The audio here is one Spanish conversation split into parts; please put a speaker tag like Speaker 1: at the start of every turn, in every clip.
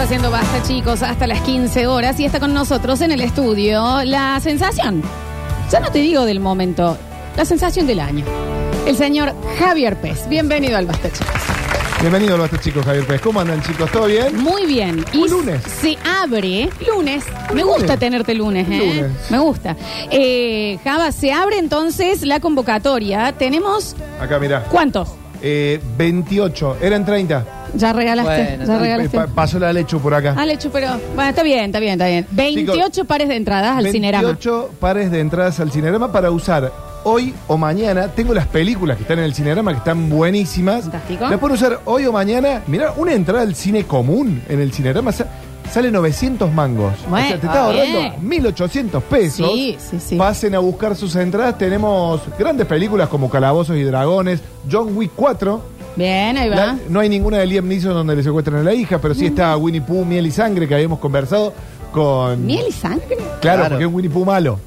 Speaker 1: haciendo basta, chicos, hasta las 15 horas y está con nosotros en el estudio la sensación. Ya no te digo del momento, la sensación del año. El señor Javier Pez. Bienvenido al Basta, chicos.
Speaker 2: Bienvenido a estos chicos, Javier Pérez. ¿Cómo andan, chicos? ¿Todo bien?
Speaker 1: Muy bien. Y
Speaker 2: Un lunes.
Speaker 1: Se abre. Lunes. Me gusta
Speaker 2: lunes.
Speaker 1: tenerte lunes, ¿eh?
Speaker 2: Lunes.
Speaker 1: Me gusta. Eh, Java, se abre entonces la convocatoria. Tenemos.
Speaker 2: Acá, mirá.
Speaker 1: ¿Cuántos?
Speaker 2: Eh, 28. Eran 30.
Speaker 1: Ya regalaste.
Speaker 3: Bueno,
Speaker 1: ya
Speaker 3: no,
Speaker 1: regalaste.
Speaker 2: Pa- pasó la leche por acá.
Speaker 1: Ah, Lechu, pero. Bueno, está bien, está bien, está bien. 28 pares de entradas al Cinerama.
Speaker 2: 28 pares de entradas al Cinerama para usar hoy o mañana. Tengo las películas que están en el Cinerama que están buenísimas.
Speaker 1: Fantástico.
Speaker 2: Las pueden usar hoy o mañana. Mirá, una entrada al cine común en el Cinerama sa- sale 900 mangos.
Speaker 1: Bueno,
Speaker 2: o sea, te está
Speaker 1: ah, bien.
Speaker 2: ahorrando 1800 pesos.
Speaker 1: Sí, sí, sí.
Speaker 2: Pasen a buscar sus entradas. Tenemos grandes películas como Calabozos y Dragones, John Wick 4.
Speaker 1: Bien, ahí va.
Speaker 2: La- no hay ninguna de Liam Neeson donde le secuestran a la hija, pero sí está Winnie Pooh, Miel y Sangre, que habíamos conversado con.
Speaker 1: Miel y sangre.
Speaker 2: Claro,
Speaker 3: Claro.
Speaker 2: porque es un Winnie Pooh malo.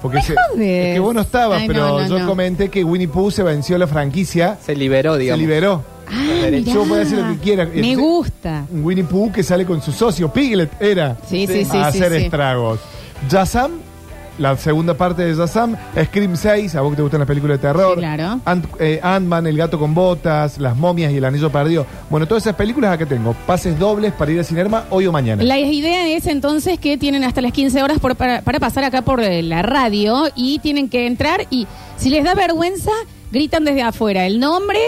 Speaker 2: Porque se-
Speaker 1: jodes.
Speaker 2: es que vos no estabas,
Speaker 1: Ay,
Speaker 2: pero
Speaker 1: no, no,
Speaker 2: yo
Speaker 1: no.
Speaker 2: comenté que Winnie Pooh se venció la franquicia,
Speaker 3: Se liberó,
Speaker 2: se
Speaker 3: digamos.
Speaker 2: liberó.
Speaker 1: Ah,
Speaker 3: Derecho,
Speaker 1: mirá.
Speaker 2: puede hacer lo que quiera.
Speaker 1: Me
Speaker 2: Eh,
Speaker 1: gusta.
Speaker 2: Un Winnie Pooh que sale con su socio, Piglet, era.
Speaker 1: Sí, sí, sí,
Speaker 2: A
Speaker 1: sí,
Speaker 2: hacer
Speaker 1: sí.
Speaker 2: estragos. Yazam, la segunda parte de Yazam. Scream 6, a vos que te gustan las películas de terror.
Speaker 1: Sí, claro.
Speaker 2: Ant- eh, Ant-Man, El gato con botas, Las momias y El anillo perdido. Bueno, todas esas películas acá tengo. Pases dobles para ir al Cinerma hoy o mañana.
Speaker 1: La idea es entonces que tienen hasta las 15 horas por- para, para pasar acá por eh, la radio y tienen que entrar y si les da vergüenza, gritan desde afuera el nombre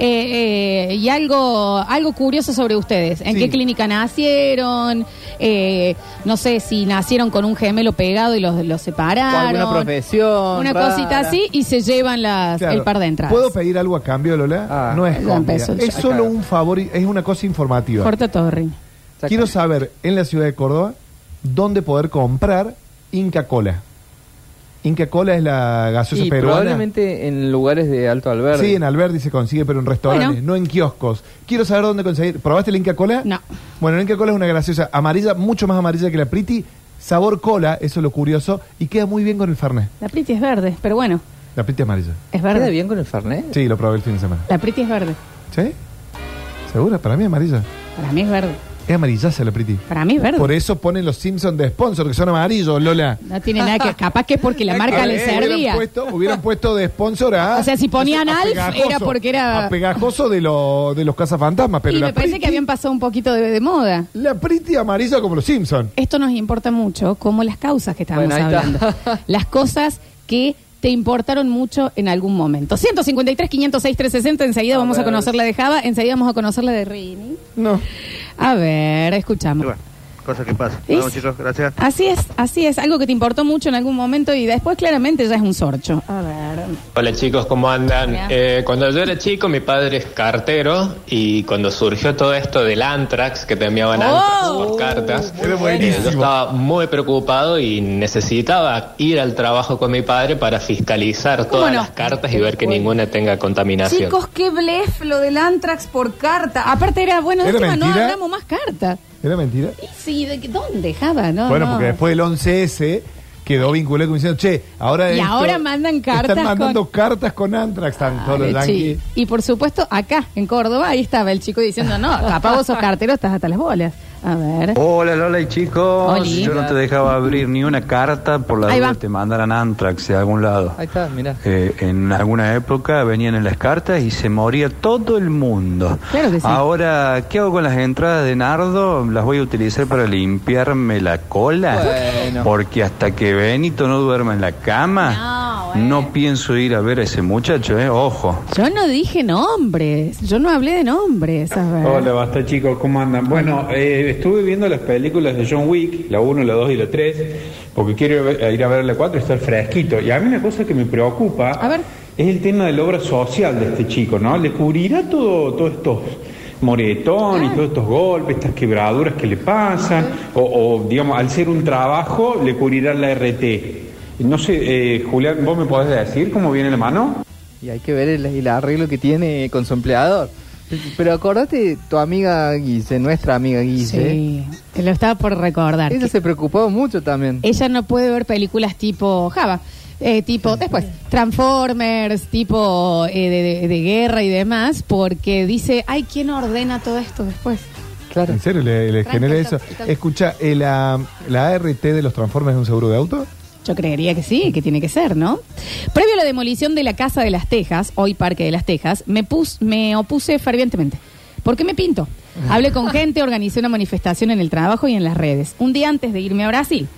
Speaker 1: eh, eh, y algo, algo curioso sobre ustedes. ¿En
Speaker 2: Sí.
Speaker 1: qué clínica nacieron? Eh, no sé si nacieron con un gemelo pegado y los, los
Speaker 3: O
Speaker 1: separaron.
Speaker 3: alguna profesión.
Speaker 1: Una
Speaker 3: rara.
Speaker 1: cosita así y se llevan las,
Speaker 2: Claro.
Speaker 1: el par de entradas.
Speaker 2: ¿Puedo pedir algo a cambio, Lola?
Speaker 3: Ah.
Speaker 2: no es
Speaker 1: Ya
Speaker 2: comida.
Speaker 1: empezó el
Speaker 2: Es
Speaker 1: show.
Speaker 2: solo un favor, y- es una cosa informativa.
Speaker 1: Corta todo, Rini.
Speaker 3: Saca.
Speaker 2: Quiero saber, en la ciudad de Córdoba, dónde poder comprar Inca Cola. Inca Cola es la gaseosa
Speaker 3: Y
Speaker 2: peruana.
Speaker 3: probablemente en lugares de Alto Alberdi.
Speaker 2: Sí, en Alberdi se consigue, pero en restaurantes,
Speaker 1: Bueno.
Speaker 2: no en kioscos. Quiero saber dónde conseguir. ¿Probaste la Inca Cola?
Speaker 1: No.
Speaker 2: Bueno, la Inca Cola es una graciosa amarilla, mucho más amarilla que la Priti. Sabor cola, eso es lo curioso, y queda muy bien con el Fernet.
Speaker 1: La priti es verde, pero bueno,
Speaker 2: La Priti amarilla.
Speaker 1: es
Speaker 3: ¿Queda
Speaker 1: verde.
Speaker 3: bien con el Fernet?
Speaker 2: Sí, lo probé el fin de semana.
Speaker 1: La priti es verde.
Speaker 2: ¿Sí? ¿Segura? Para mí amarilla.
Speaker 1: Para mí es verde.
Speaker 2: Es amarillasa la Priti.
Speaker 1: Para mí es verde.
Speaker 2: Por e- eso ponen los Simpsons de sponsor, que son amarillos, Lola.
Speaker 1: No tiene nada que. Capaz que es porque la marca
Speaker 2: Ah,
Speaker 1: le
Speaker 2: eh,
Speaker 1: servía.
Speaker 2: Hubieran puesto, hubieran puesto de sponsor a.
Speaker 1: O sea, si ponían
Speaker 2: no sé, a
Speaker 1: Alf,
Speaker 2: Pegajoso,
Speaker 1: era porque era-
Speaker 2: A pegajoso de, lo- de los cazafantasmas, pero
Speaker 1: y
Speaker 2: la
Speaker 1: me parece
Speaker 2: Priti-
Speaker 1: que habían pasado un poquito de, de moda.
Speaker 2: La Priti amarilla como los Simpson.
Speaker 1: Esto nos importa mucho, como las causas que estábamos
Speaker 3: Bueno, ahí
Speaker 1: hablando.
Speaker 3: está.
Speaker 1: Las cosas que te importaron mucho en algún momento. 153, 506, 360. Enseguida
Speaker 3: A
Speaker 1: vamos a
Speaker 3: ver.
Speaker 1: conocer la de Java, enseguida vamos a conocer la de Rini.
Speaker 2: No.
Speaker 1: A ver, escuchamos.
Speaker 4: Y bueno, cosas que pasan.
Speaker 1: ¿Sí?
Speaker 4: Nos vemos, chicos. Gracias.
Speaker 1: Así es, así es. Algo que te importó mucho en algún momento y después claramente ya es un sorcho. A ver.
Speaker 5: Hola chicos, ¿cómo andan?
Speaker 1: Hola.
Speaker 5: Eh, cuando yo era chico, mi padre es cartero y cuando surgió todo esto del Antrax, que te enviaban
Speaker 1: Oh.
Speaker 5: Antrax por cartas,
Speaker 2: Era
Speaker 5: eh, yo
Speaker 2: buenísimo.
Speaker 5: estaba muy preocupado y necesitaba ir al trabajo con mi padre para fiscalizar
Speaker 1: ¿Cómo
Speaker 5: todas
Speaker 1: no?
Speaker 5: las cartas y ver que ninguna tenga contaminación.
Speaker 1: Chicos, qué blef lo del Antrax por carta. Aparte era, bueno, de
Speaker 2: ¿Era
Speaker 1: última no
Speaker 2: mentira?
Speaker 1: hablamos más carta.
Speaker 2: ¿Era mentira?
Speaker 1: Y sí, ¿de qué- dónde, Java? No,
Speaker 2: bueno,
Speaker 1: no.
Speaker 2: porque después del 11S quedó vinculado como diciendo, che, ahora.
Speaker 1: Y ahora mandan cartas
Speaker 2: Están mandando
Speaker 1: con-
Speaker 2: cartas con Antrax,
Speaker 1: Ah,
Speaker 2: tanto los
Speaker 1: sí.
Speaker 2: yankees.
Speaker 1: Y por supuesto, acá, en Córdoba, ahí estaba el chico diciendo, no, capaz vos sos cartero, estás hasta las bolas. A ver.
Speaker 6: Hola Lola y chicos,
Speaker 1: Oli.
Speaker 6: yo no te dejaba abrir ni una carta por la
Speaker 1: Ahí
Speaker 6: duda
Speaker 1: va.
Speaker 6: que te mandaran Antrax de algún lado.
Speaker 3: Ahí está, mirá.
Speaker 6: Eh, en alguna época venían en las cartas y se moría todo el mundo.
Speaker 1: Claro que sí.
Speaker 6: Ahora, ¿qué hago con las entradas de Nardo? Las voy a utilizar para limpiarme la cola.
Speaker 3: Bueno.
Speaker 6: Porque hasta que Benito no duerma en la
Speaker 1: No,
Speaker 6: cama,
Speaker 1: bueno.
Speaker 6: no pienso ir a ver a ese muchacho, ¿eh? Ojo.
Speaker 1: Yo no dije nombres, yo no hablé de nombres, a ver.
Speaker 7: Hola, basta chicos, ¿cómo andan? Bueno, eh, estuve viendo las películas de John Wick, la 1, la 2 y la 3, porque quiero ver- ir a ver la 4 y estar fresquito. Y a mí una cosa que me preocupa
Speaker 1: A ver.
Speaker 7: es el tema de la obra social de este chico, ¿no? ¿Le cubrirá todo, todos estos moretones,
Speaker 1: Claro.
Speaker 7: todos estos golpes, estas quebraduras que le pasan? O, o, digamos, al ser un trabajo, le cubrirá la RT. No sé, eh, Julián, ¿vos me podés decir cómo viene la mano?
Speaker 3: Y hay que ver el, el arreglo que tiene con su empleador. Pero acordate, tu amiga Guise, nuestra amiga Guise,
Speaker 1: Sí, te lo estaba por recordar.
Speaker 3: ella se preocupó mucho también.
Speaker 1: ella no puede ver películas tipo Java, eh, tipo después Transformers, tipo eh, de, de- de guerra y demás, porque dice, ay, ¿quién ordena todo esto después?
Speaker 3: claro.
Speaker 2: ¿En serio le, le
Speaker 8: Tranca,
Speaker 2: genera
Speaker 8: está-
Speaker 2: eso?
Speaker 8: está-
Speaker 2: Escucha, eh, la, la ART de los Transformers es un seguro de auto?
Speaker 1: Yo creería que sí, que tiene que ser, ¿no? Previo a la demolición de la Casa de las Tejas, hoy Parque de las Tejas, me, pus- me opuse fervientemente. ¿Por qué me pinto? Hablé con gente, organicé una manifestación en el trabajo y en las redes. Un día antes de irme a Brasil,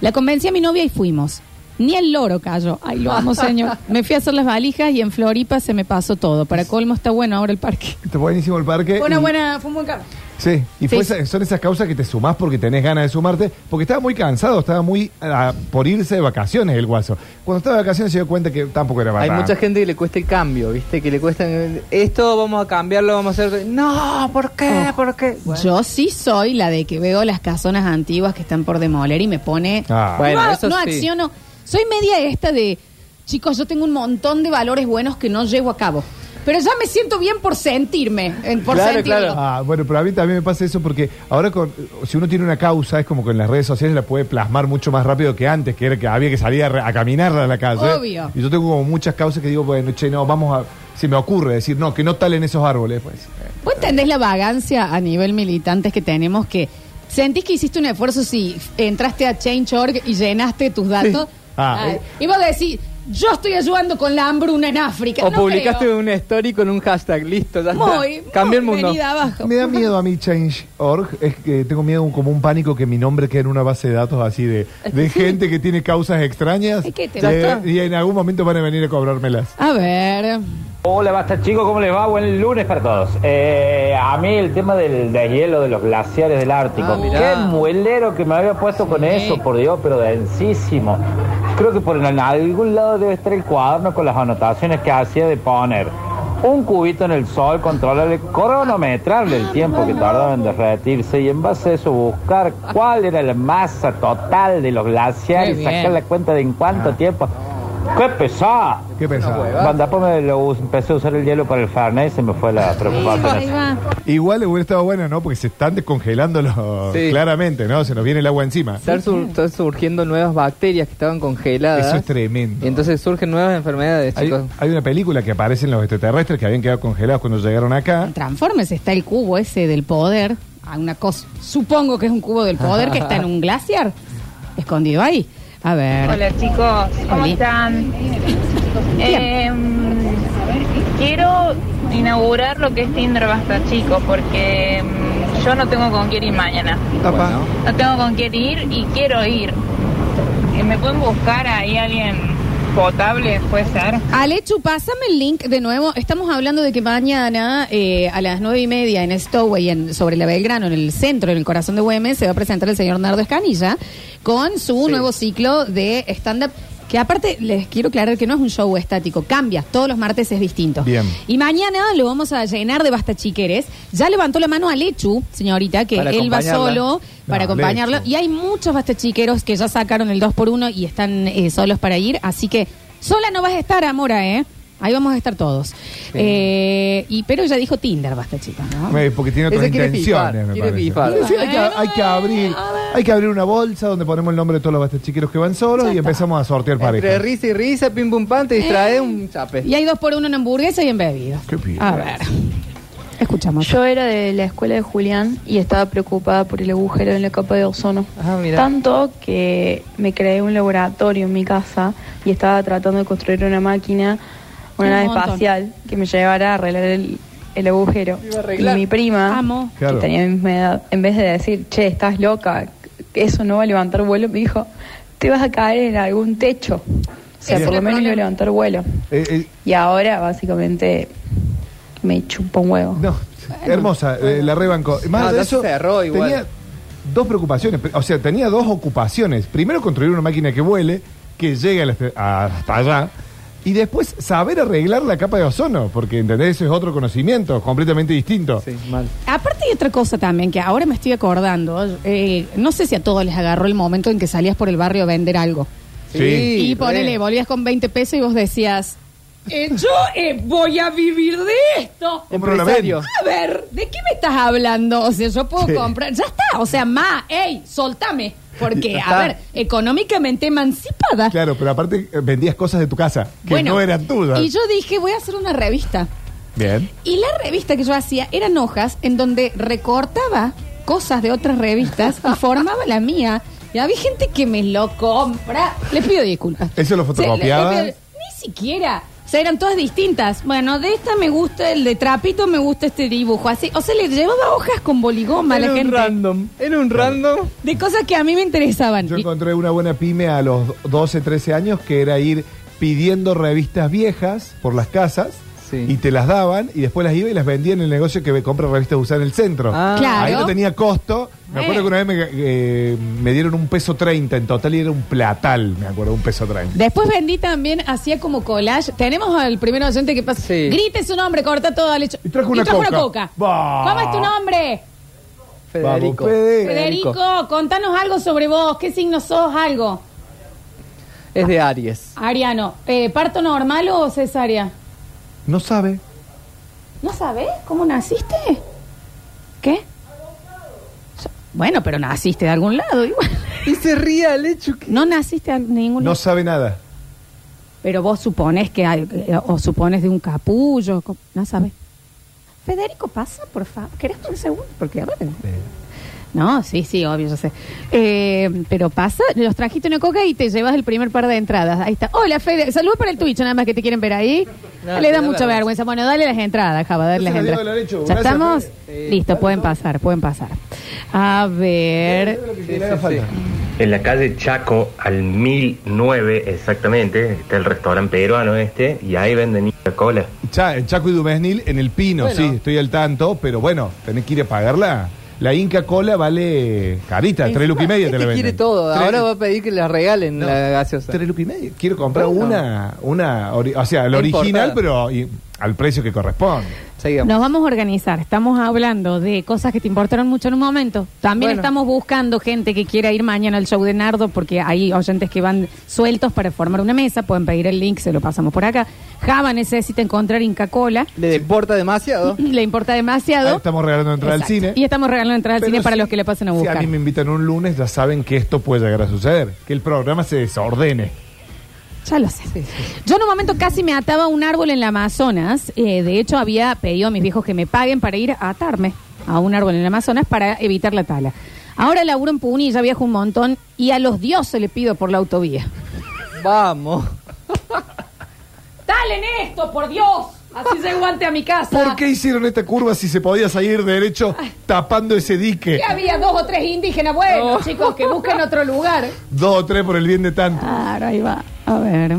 Speaker 1: la convencí a mi novia y fuimos. Ni el loro cayó. Ay, lo amo, señor. Me fui a hacer las valijas y en Floripa se me pasó todo. Para colmo está bueno ahora el parque.
Speaker 2: Está buenísimo el parque.
Speaker 1: Fue una
Speaker 2: y-
Speaker 1: buena, fue un buen cambio.
Speaker 2: Sí, y fue
Speaker 1: Sí.
Speaker 2: esa- son esas causas que te sumás porque tenés ganas de sumarte, porque estaba muy cansado, estaba muy ah, por irse de vacaciones el guaso. Cuando estaba de vacaciones se dio cuenta que tampoco era
Speaker 3: Hay
Speaker 2: barato.
Speaker 3: mucha gente que le cuesta el cambio, ¿viste? Que le cuesta. Esto vamos a cambiarlo, vamos a hacer. No, ¿por qué? ¿Por qué? Bueno,
Speaker 1: Yo sí soy la de que veo las casonas antiguas que están por demoler y me pone...
Speaker 2: Ah,
Speaker 3: Bueno,
Speaker 1: no,
Speaker 3: eso
Speaker 1: no
Speaker 3: sí.
Speaker 1: acciono. Soy media esta de, chicos, yo tengo un montón de valores buenos que no llevo a cabo. Pero ya me siento bien por sentirme, eh, por
Speaker 3: Claro,
Speaker 1: sentirlo.
Speaker 3: claro.
Speaker 2: Ah, bueno, pero a mí también me pasa eso porque ahora con, si uno tiene una causa, es como que en las redes sociales la puede plasmar mucho más rápido que antes, que era que había que salir a, re- a caminar a la calle.
Speaker 1: Obvio.
Speaker 2: Y yo tengo como muchas causas que digo, bueno, che, no, vamos a... Se me ocurre decir, no, que no talen esos árboles. Pues.
Speaker 1: ¿Vos entendés la vagancia a nivel militantes que tenemos que sentís que hiciste un esfuerzo si entraste a Change.org y llenaste tus datos?
Speaker 2: Ah.
Speaker 1: Ay, y vos decís, yo estoy ayudando con la hambruna en África.
Speaker 3: O
Speaker 1: No
Speaker 3: publicaste
Speaker 1: creo.
Speaker 3: una story con un hashtag, listo, ya está.
Speaker 1: Muy,
Speaker 3: Cambia el
Speaker 1: muy
Speaker 3: mundo.
Speaker 1: venida abajo.
Speaker 2: Me da miedo a mí Change.org, es que tengo miedo un- como un pánico que mi nombre quede en una base de datos así de, de gente que tiene causas extrañas
Speaker 1: Es que te
Speaker 2: eh,
Speaker 1: basta.
Speaker 2: y en algún momento van a venir a cobrármelas.
Speaker 1: A ver.
Speaker 9: Hola, basta chicos, ¿cómo les va? Buen lunes para todos. Eh, a mí el tema del deshielo de los glaciares del Ártico.
Speaker 3: Ah, mirá.
Speaker 9: Qué muelero que me había puesto con eso, por Dios, pero densísimo. Creo que por en algún lado debe estar el cuaderno con las anotaciones que hacía de poner un cubito en el sol, controlarle, cronometrarle el tiempo que tardaba en derretirse y en base a eso buscar cuál era la masa total de los glaciares
Speaker 1: Qué
Speaker 9: y
Speaker 1: bien.
Speaker 9: sacar la cuenta de en cuánto tiempo. ¡Qué pesado!
Speaker 2: Qué pesado.
Speaker 9: Cuando después pues, me lo us- empecé a usar el hielo para el Fernet y se me fue la
Speaker 1: Ahí
Speaker 9: preocupación.
Speaker 1: va.
Speaker 2: Igual hubiera estado bueno, ¿no? Porque se están descongelando los-
Speaker 3: Sí.
Speaker 2: claramente, ¿no? Se nos viene el agua encima.
Speaker 3: Están, sur- están surgiendo nuevas bacterias que estaban congeladas.
Speaker 2: Eso es tremendo.
Speaker 3: Y entonces surgen nuevas enfermedades,
Speaker 2: Hay,
Speaker 3: chicos.
Speaker 2: hay una película que aparecen los extraterrestres que habían quedado congelados cuando llegaron acá.
Speaker 1: En Transformers está el cubo ese del poder, a una cosa, supongo que es un cubo del poder que está en un glaciar, escondido ahí. A ver.
Speaker 10: Hola chicos, ¿cómo
Speaker 1: Hola.
Speaker 10: están? Eh, mm, quiero inaugurar lo que es Tinder Basta Chicos porque mm, yo no tengo con quién ir mañana.
Speaker 2: Tapa.
Speaker 10: No tengo con quién ir y quiero ir. Eh, ¿Me pueden buscar ahí alguien potable? Puede ser.
Speaker 1: Alechu, pásame el link de nuevo. Estamos hablando de que mañana eh, a las nueve y media en Stoway, en, sobre la Belgrano, en el centro, en el corazón de Güemes, se va a presentar el señor Nardo Escanilla con su nuevo ciclo de stand-up. Que aparte les quiero aclarar que no es un show estático, cambia, todos los martes es distinto.
Speaker 2: Bien.
Speaker 1: Y mañana lo vamos a llenar de bastachiqueres. Ya levantó la mano Alechu, señorita, que
Speaker 3: Para
Speaker 1: él va
Speaker 3: acompañarla.
Speaker 1: solo para
Speaker 2: No,
Speaker 1: acompañarlo.
Speaker 2: Alechu.
Speaker 1: Y hay muchos bastachiqueros que ya sacaron el 2x1 y están eh, solos para ir. Así que sola no vas a estar, Amora, ¿eh? Ahí vamos a estar todos. Eh, y Pero ya dijo Tinder, basta, chicos, ¿no?
Speaker 2: Eh, Porque tiene
Speaker 3: Ese
Speaker 2: otras
Speaker 3: quiere
Speaker 2: intenciones,
Speaker 3: fifar,
Speaker 2: me
Speaker 3: quiere
Speaker 2: parece.
Speaker 3: fifar.
Speaker 2: Sí, hay, que, hay que abrir, hay que abrir una bolsa donde ponemos el nombre de todos los bastachiqueros que van solos y empezamos a sortear
Speaker 3: Entre
Speaker 2: parejas.
Speaker 3: risa y risa, pim pum pan, te distrae un chape.
Speaker 1: Y hay 2x1 en hamburguesa y en bebidas.
Speaker 2: Qué bien.
Speaker 1: A ver. Escuchamos.
Speaker 8: Yo era de la escuela de Julián y estaba preocupada por el agujero en la capa de ozono.
Speaker 3: Ah, mira.
Speaker 8: Tanto que me creé un laboratorio en mi casa y estaba tratando de construir una máquina, una
Speaker 1: Un
Speaker 8: nave
Speaker 1: montón.
Speaker 8: espacial, que me llevara a arreglar el, el agujero.
Speaker 3: Iba a
Speaker 8: Y
Speaker 3: arreglar.
Speaker 8: mi prima,
Speaker 1: Amo.
Speaker 2: Claro.
Speaker 8: que tenía mi misma edad, en vez de decir, che, estás loca, eso no va a levantar vuelo, me dijo, te vas a caer en algún techo. O sea,
Speaker 2: Ese
Speaker 8: por lo
Speaker 2: es el
Speaker 8: menos iba a levantar vuelo.
Speaker 2: Eh, eh,
Speaker 8: Y ahora, básicamente, me chupa un huevo.
Speaker 2: No, hermosa, eh, la rebanco. Más
Speaker 3: No,
Speaker 2: de
Speaker 3: ya
Speaker 2: eso,
Speaker 3: cerró igual.
Speaker 2: tenía dos preocupaciones. O sea, tenía dos ocupaciones. Primero, construir una máquina que vuele, que llegue al este- a- hasta allá. Y después, saber arreglar la capa de ozono. Porque, ¿entendés? Eso es otro conocimiento completamente distinto.
Speaker 3: Sí, mal.
Speaker 1: Aparte hay otra cosa también que ahora me estoy acordando. eh, no sé si a todos les agarró el momento en que salías por el barrio a vender algo.
Speaker 2: Sí.
Speaker 1: y
Speaker 3: re.
Speaker 1: ponele, volvías con 20 pesos y vos decías, eh, yo eh, voy a vivir de esto.
Speaker 2: ¿Cómo no la ven?
Speaker 3: Empresario.
Speaker 1: A ver, ¿de qué me estás hablando? O sea, yo puedo
Speaker 2: Sí.
Speaker 1: comprar. Ya está, o sea, ma, ey, soltame. Porque,
Speaker 3: Ya
Speaker 1: a
Speaker 3: está.
Speaker 1: ver, económicamente emancipada.
Speaker 2: Claro, pero aparte eh, vendías cosas de tu casa que
Speaker 1: Bueno,
Speaker 2: no eran tuyas.
Speaker 1: Y yo dije, voy a hacer una revista.
Speaker 2: Bien.
Speaker 1: Y la revista que yo hacía eran hojas en donde recortaba cosas de otras revistas y formaba la mía. Y había gente que me lo compra. Les pido disculpas.
Speaker 2: Eso lo
Speaker 1: Sí, le- le
Speaker 2: fotocopiaba.
Speaker 1: pido- Ni siquiera. O sea, eran todas distintas. Bueno, de esta me gusta el de trapito, me gusta este dibujo. Así, o sea, le llevaba hojas con boligoma a la
Speaker 3: Era un
Speaker 1: gente.
Speaker 3: random. Era un random.
Speaker 1: De cosas que a mí me interesaban.
Speaker 2: Yo
Speaker 1: Y-
Speaker 2: encontré una buena pyme a los 12, 13 años que era ir pidiendo revistas viejas por las casas
Speaker 3: Sí.
Speaker 2: y te las daban y después las iba y las vendía en el negocio que compra revistas usadas en el centro.
Speaker 3: Ah.
Speaker 1: Claro.
Speaker 2: Ahí no tenía costo. Me acuerdo que una vez me, eh, me dieron un peso 30 en total y era un platal, me acuerdo, un peso 30.
Speaker 1: Después vendí también, hacía como collage. Tenemos al primer oyente que pasa.
Speaker 3: Sí.
Speaker 1: Grite su nombre, corta todo al hecho.
Speaker 2: Y trajo una coca. Bah.
Speaker 1: ¿Cómo es tu nombre?
Speaker 3: Federico.
Speaker 2: Vamos, Fede.
Speaker 1: Federico. contanos algo sobre vos. ¿Qué signo sos? Algo.
Speaker 3: Es de Aries.
Speaker 1: Ariano, eh, ¿parto normal o cesárea?
Speaker 2: No sabe.
Speaker 1: ¿No sabés cómo naciste? ¿Qué? So- Bueno, pero naciste de algún lado igual.
Speaker 3: Y se ría el hecho que.
Speaker 1: No naciste de ningún
Speaker 2: No
Speaker 1: lado.
Speaker 2: sabe nada.
Speaker 1: Pero vos supones que hay, eh, o supones de un capullo, co- no sabes. Federico, pasa, por favor. ¿Querés un segundo? Porque, a ver, No, sí, sí, obvio, yo sé. Eh, pero pasa, los trajiste una coca y te llevas el primer par de entradas. Ahí está. Hola, Fede. Saludos para el Twitch, nada más que te quieren ver ahí.
Speaker 3: No,
Speaker 1: Le
Speaker 3: te
Speaker 1: da
Speaker 3: da
Speaker 1: mucha vergüenza.
Speaker 3: vergüenza.
Speaker 1: Bueno, dale las entradas, Java,
Speaker 2: Yo
Speaker 1: dale
Speaker 2: se
Speaker 1: las
Speaker 2: las
Speaker 1: entradas.
Speaker 2: digo, lo han hecho.
Speaker 1: ¿Ya
Speaker 2: Gracias,
Speaker 1: estamos?
Speaker 3: Fede. Eh,
Speaker 1: Listo, pueden pasar, pueden pasar. A ver.
Speaker 2: Le haga falta.
Speaker 11: En la calle Chaco, al 1009 exactamente, está el restaurante peruano este, y ahí venden cola.
Speaker 2: Cha- en Chaco y Dumesnil, en el Pino,
Speaker 3: Bueno.
Speaker 2: sí, estoy al tanto, pero bueno, tenés que ir a pagarla. La Inca Cola vale carita, tres lucas y media te
Speaker 3: Este
Speaker 2: la venden.
Speaker 3: quiere todo.
Speaker 2: Tres-
Speaker 3: Ahora va a pedir que le regalen
Speaker 2: No.
Speaker 3: la gaseosa.
Speaker 2: Tres lucas y media. Quiero comprar
Speaker 3: Bueno.
Speaker 2: una, una, ori- o sea, la
Speaker 3: Importada.
Speaker 2: original, pero y- al precio que corresponde.
Speaker 3: Seguimos.
Speaker 1: Nos vamos a organizar. Estamos hablando de cosas que te importaron mucho en un momento. También
Speaker 3: Bueno.
Speaker 1: estamos buscando gente que quiera ir mañana al show de Nardo, porque hay oyentes que van sueltos para formar una mesa. Pueden pedir el link, se lo pasamos por acá. Java necesita encontrar Inca Cola.
Speaker 3: ¿Le deporta demasiado?
Speaker 1: Le importa demasiado.
Speaker 2: Ahí estamos regalando entrada
Speaker 1: Exacto.
Speaker 2: al cine.
Speaker 1: Y estamos regalando entrada al
Speaker 2: Pero
Speaker 1: cine para
Speaker 2: si-
Speaker 1: los que la pasen a
Speaker 2: Si
Speaker 1: buscar.
Speaker 2: a mí me invitan un lunes, ya saben que esto puede llegar a suceder. Que el programa se desordene.
Speaker 1: Ya lo sé. Yo en un momento casi me ataba a un árbol en la Amazonas. Eh, de hecho, había pedido a mis viejos que me paguen para ir a atarme a un árbol en el Amazonas para evitar la tala. Ahora laburo en Punilla, viajo un montón y a los dioses le pido por la autovía.
Speaker 3: Vamos.
Speaker 1: ¡Talen esto, por Dios! Así llego antes a mi casa.
Speaker 2: ¿Por qué hicieron esta curva si se podía salir derecho tapando ese dique?
Speaker 1: Que había dos o tres indígenas. Bueno, chicos, que busquen otro lugar.
Speaker 2: Dos o tres por el bien de tanto.
Speaker 1: Claro, ahí va. A ver.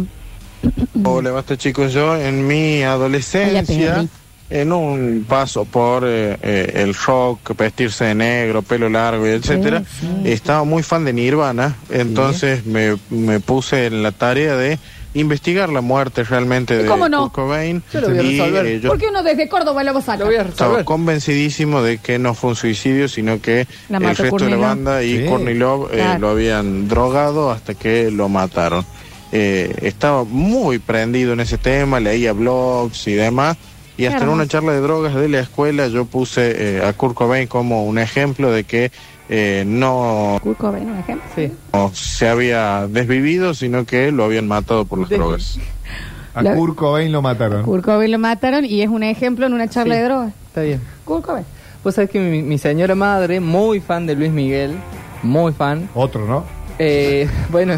Speaker 12: Hola, basta chicos, yo en mi
Speaker 1: Hola,
Speaker 12: adolescencia,
Speaker 1: Perry.
Speaker 12: en un paso por eh, eh, el rock, vestirse de negro, pelo largo, y etcétera,
Speaker 1: Sí, sí.
Speaker 12: estaba muy fan de Nirvana, entonces me, me puse en la tarea de investigar la muerte realmente
Speaker 1: ¿Y
Speaker 12: de
Speaker 1: cómo no?
Speaker 12: Kurt Cobain.
Speaker 3: Yo lo voy a
Speaker 12: y,
Speaker 3: resolver.
Speaker 12: eh, yo
Speaker 1: ¿Por qué uno desde Córdoba lo saca?
Speaker 3: Lo voy a
Speaker 12: estaba
Speaker 3: resolver.
Speaker 12: convencididísimo de que no fue un suicidio, sino que
Speaker 1: La
Speaker 12: el
Speaker 1: mató
Speaker 12: resto de
Speaker 1: Courtney
Speaker 12: la
Speaker 1: Love.
Speaker 12: banda y
Speaker 2: Sí.
Speaker 12: Courtney Love eh,
Speaker 1: Claro.
Speaker 12: lo habían drogado hasta que lo mataron. Eh, estaba muy prendido en ese tema, leía blogs y demás. Y
Speaker 1: Qué
Speaker 12: hasta en una
Speaker 1: hermoso.
Speaker 12: charla de drogas de la escuela yo puse eh, a Kurt Cobain como un ejemplo de que eh, no
Speaker 1: Kurt Cobain, un ejemplo.
Speaker 3: Sí.
Speaker 12: se había desvivido, sino que lo habían matado por las
Speaker 3: Desvi-
Speaker 12: drogas.
Speaker 2: A
Speaker 1: La-
Speaker 2: Kurt Cobain lo mataron.
Speaker 1: Kurt Cobain lo mataron y es un ejemplo en una charla
Speaker 3: Sí.
Speaker 1: de drogas.
Speaker 3: Está bien.
Speaker 1: Kurt Cobain.
Speaker 3: Vos sabés que mi, mi señora madre, muy fan de Luis Miguel, muy fan.
Speaker 2: Otro, ¿no?
Speaker 3: eh, bueno,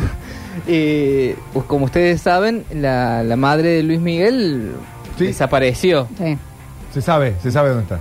Speaker 3: eh, pues como ustedes saben, la, la madre de Luis Miguel
Speaker 2: Sí.
Speaker 3: desapareció.
Speaker 1: Sí.
Speaker 2: Se sabe, se sabe dónde está.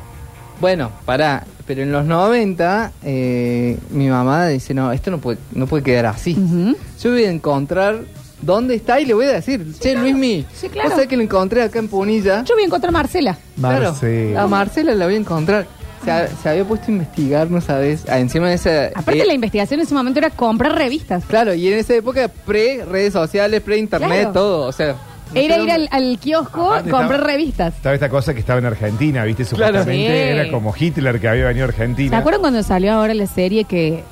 Speaker 3: Bueno, pará, pero en los 90 eh, mi mamá dice, no, esto no puede, no puede quedar así.
Speaker 1: Ujú.
Speaker 3: Yo voy a encontrar dónde está y le voy a decir, che, Luis Miguel,
Speaker 1: Sí, claro.
Speaker 3: vos sabés que lo encontré acá en Punilla.
Speaker 1: Yo voy a encontrar a Marcela.
Speaker 3: Claro,
Speaker 2: Marcela.
Speaker 3: a Marcela la voy a encontrar. Se, ha- se había puesto a investigar, no sabes, Ah, encima de esa...
Speaker 1: Aparte,
Speaker 3: eh,
Speaker 1: la investigación en ese momento era comprar revistas.
Speaker 3: Claro, y en esa época pre-redes sociales, pre-internet,
Speaker 1: Claro.
Speaker 3: todo, o sea... no
Speaker 1: Era
Speaker 3: sé
Speaker 1: ir al,
Speaker 3: dónde-
Speaker 1: al kiosco,
Speaker 2: Aparte
Speaker 1: comprar
Speaker 2: estaba-
Speaker 1: revistas.
Speaker 2: Estaba esta cosa que estaba en Argentina, ¿viste? Supuestamente
Speaker 1: Sí.
Speaker 2: era como Hitler que había venido a
Speaker 1: ¿Se
Speaker 2: Argentina.
Speaker 1: acuerdan cuando salió ahora la serie que eh,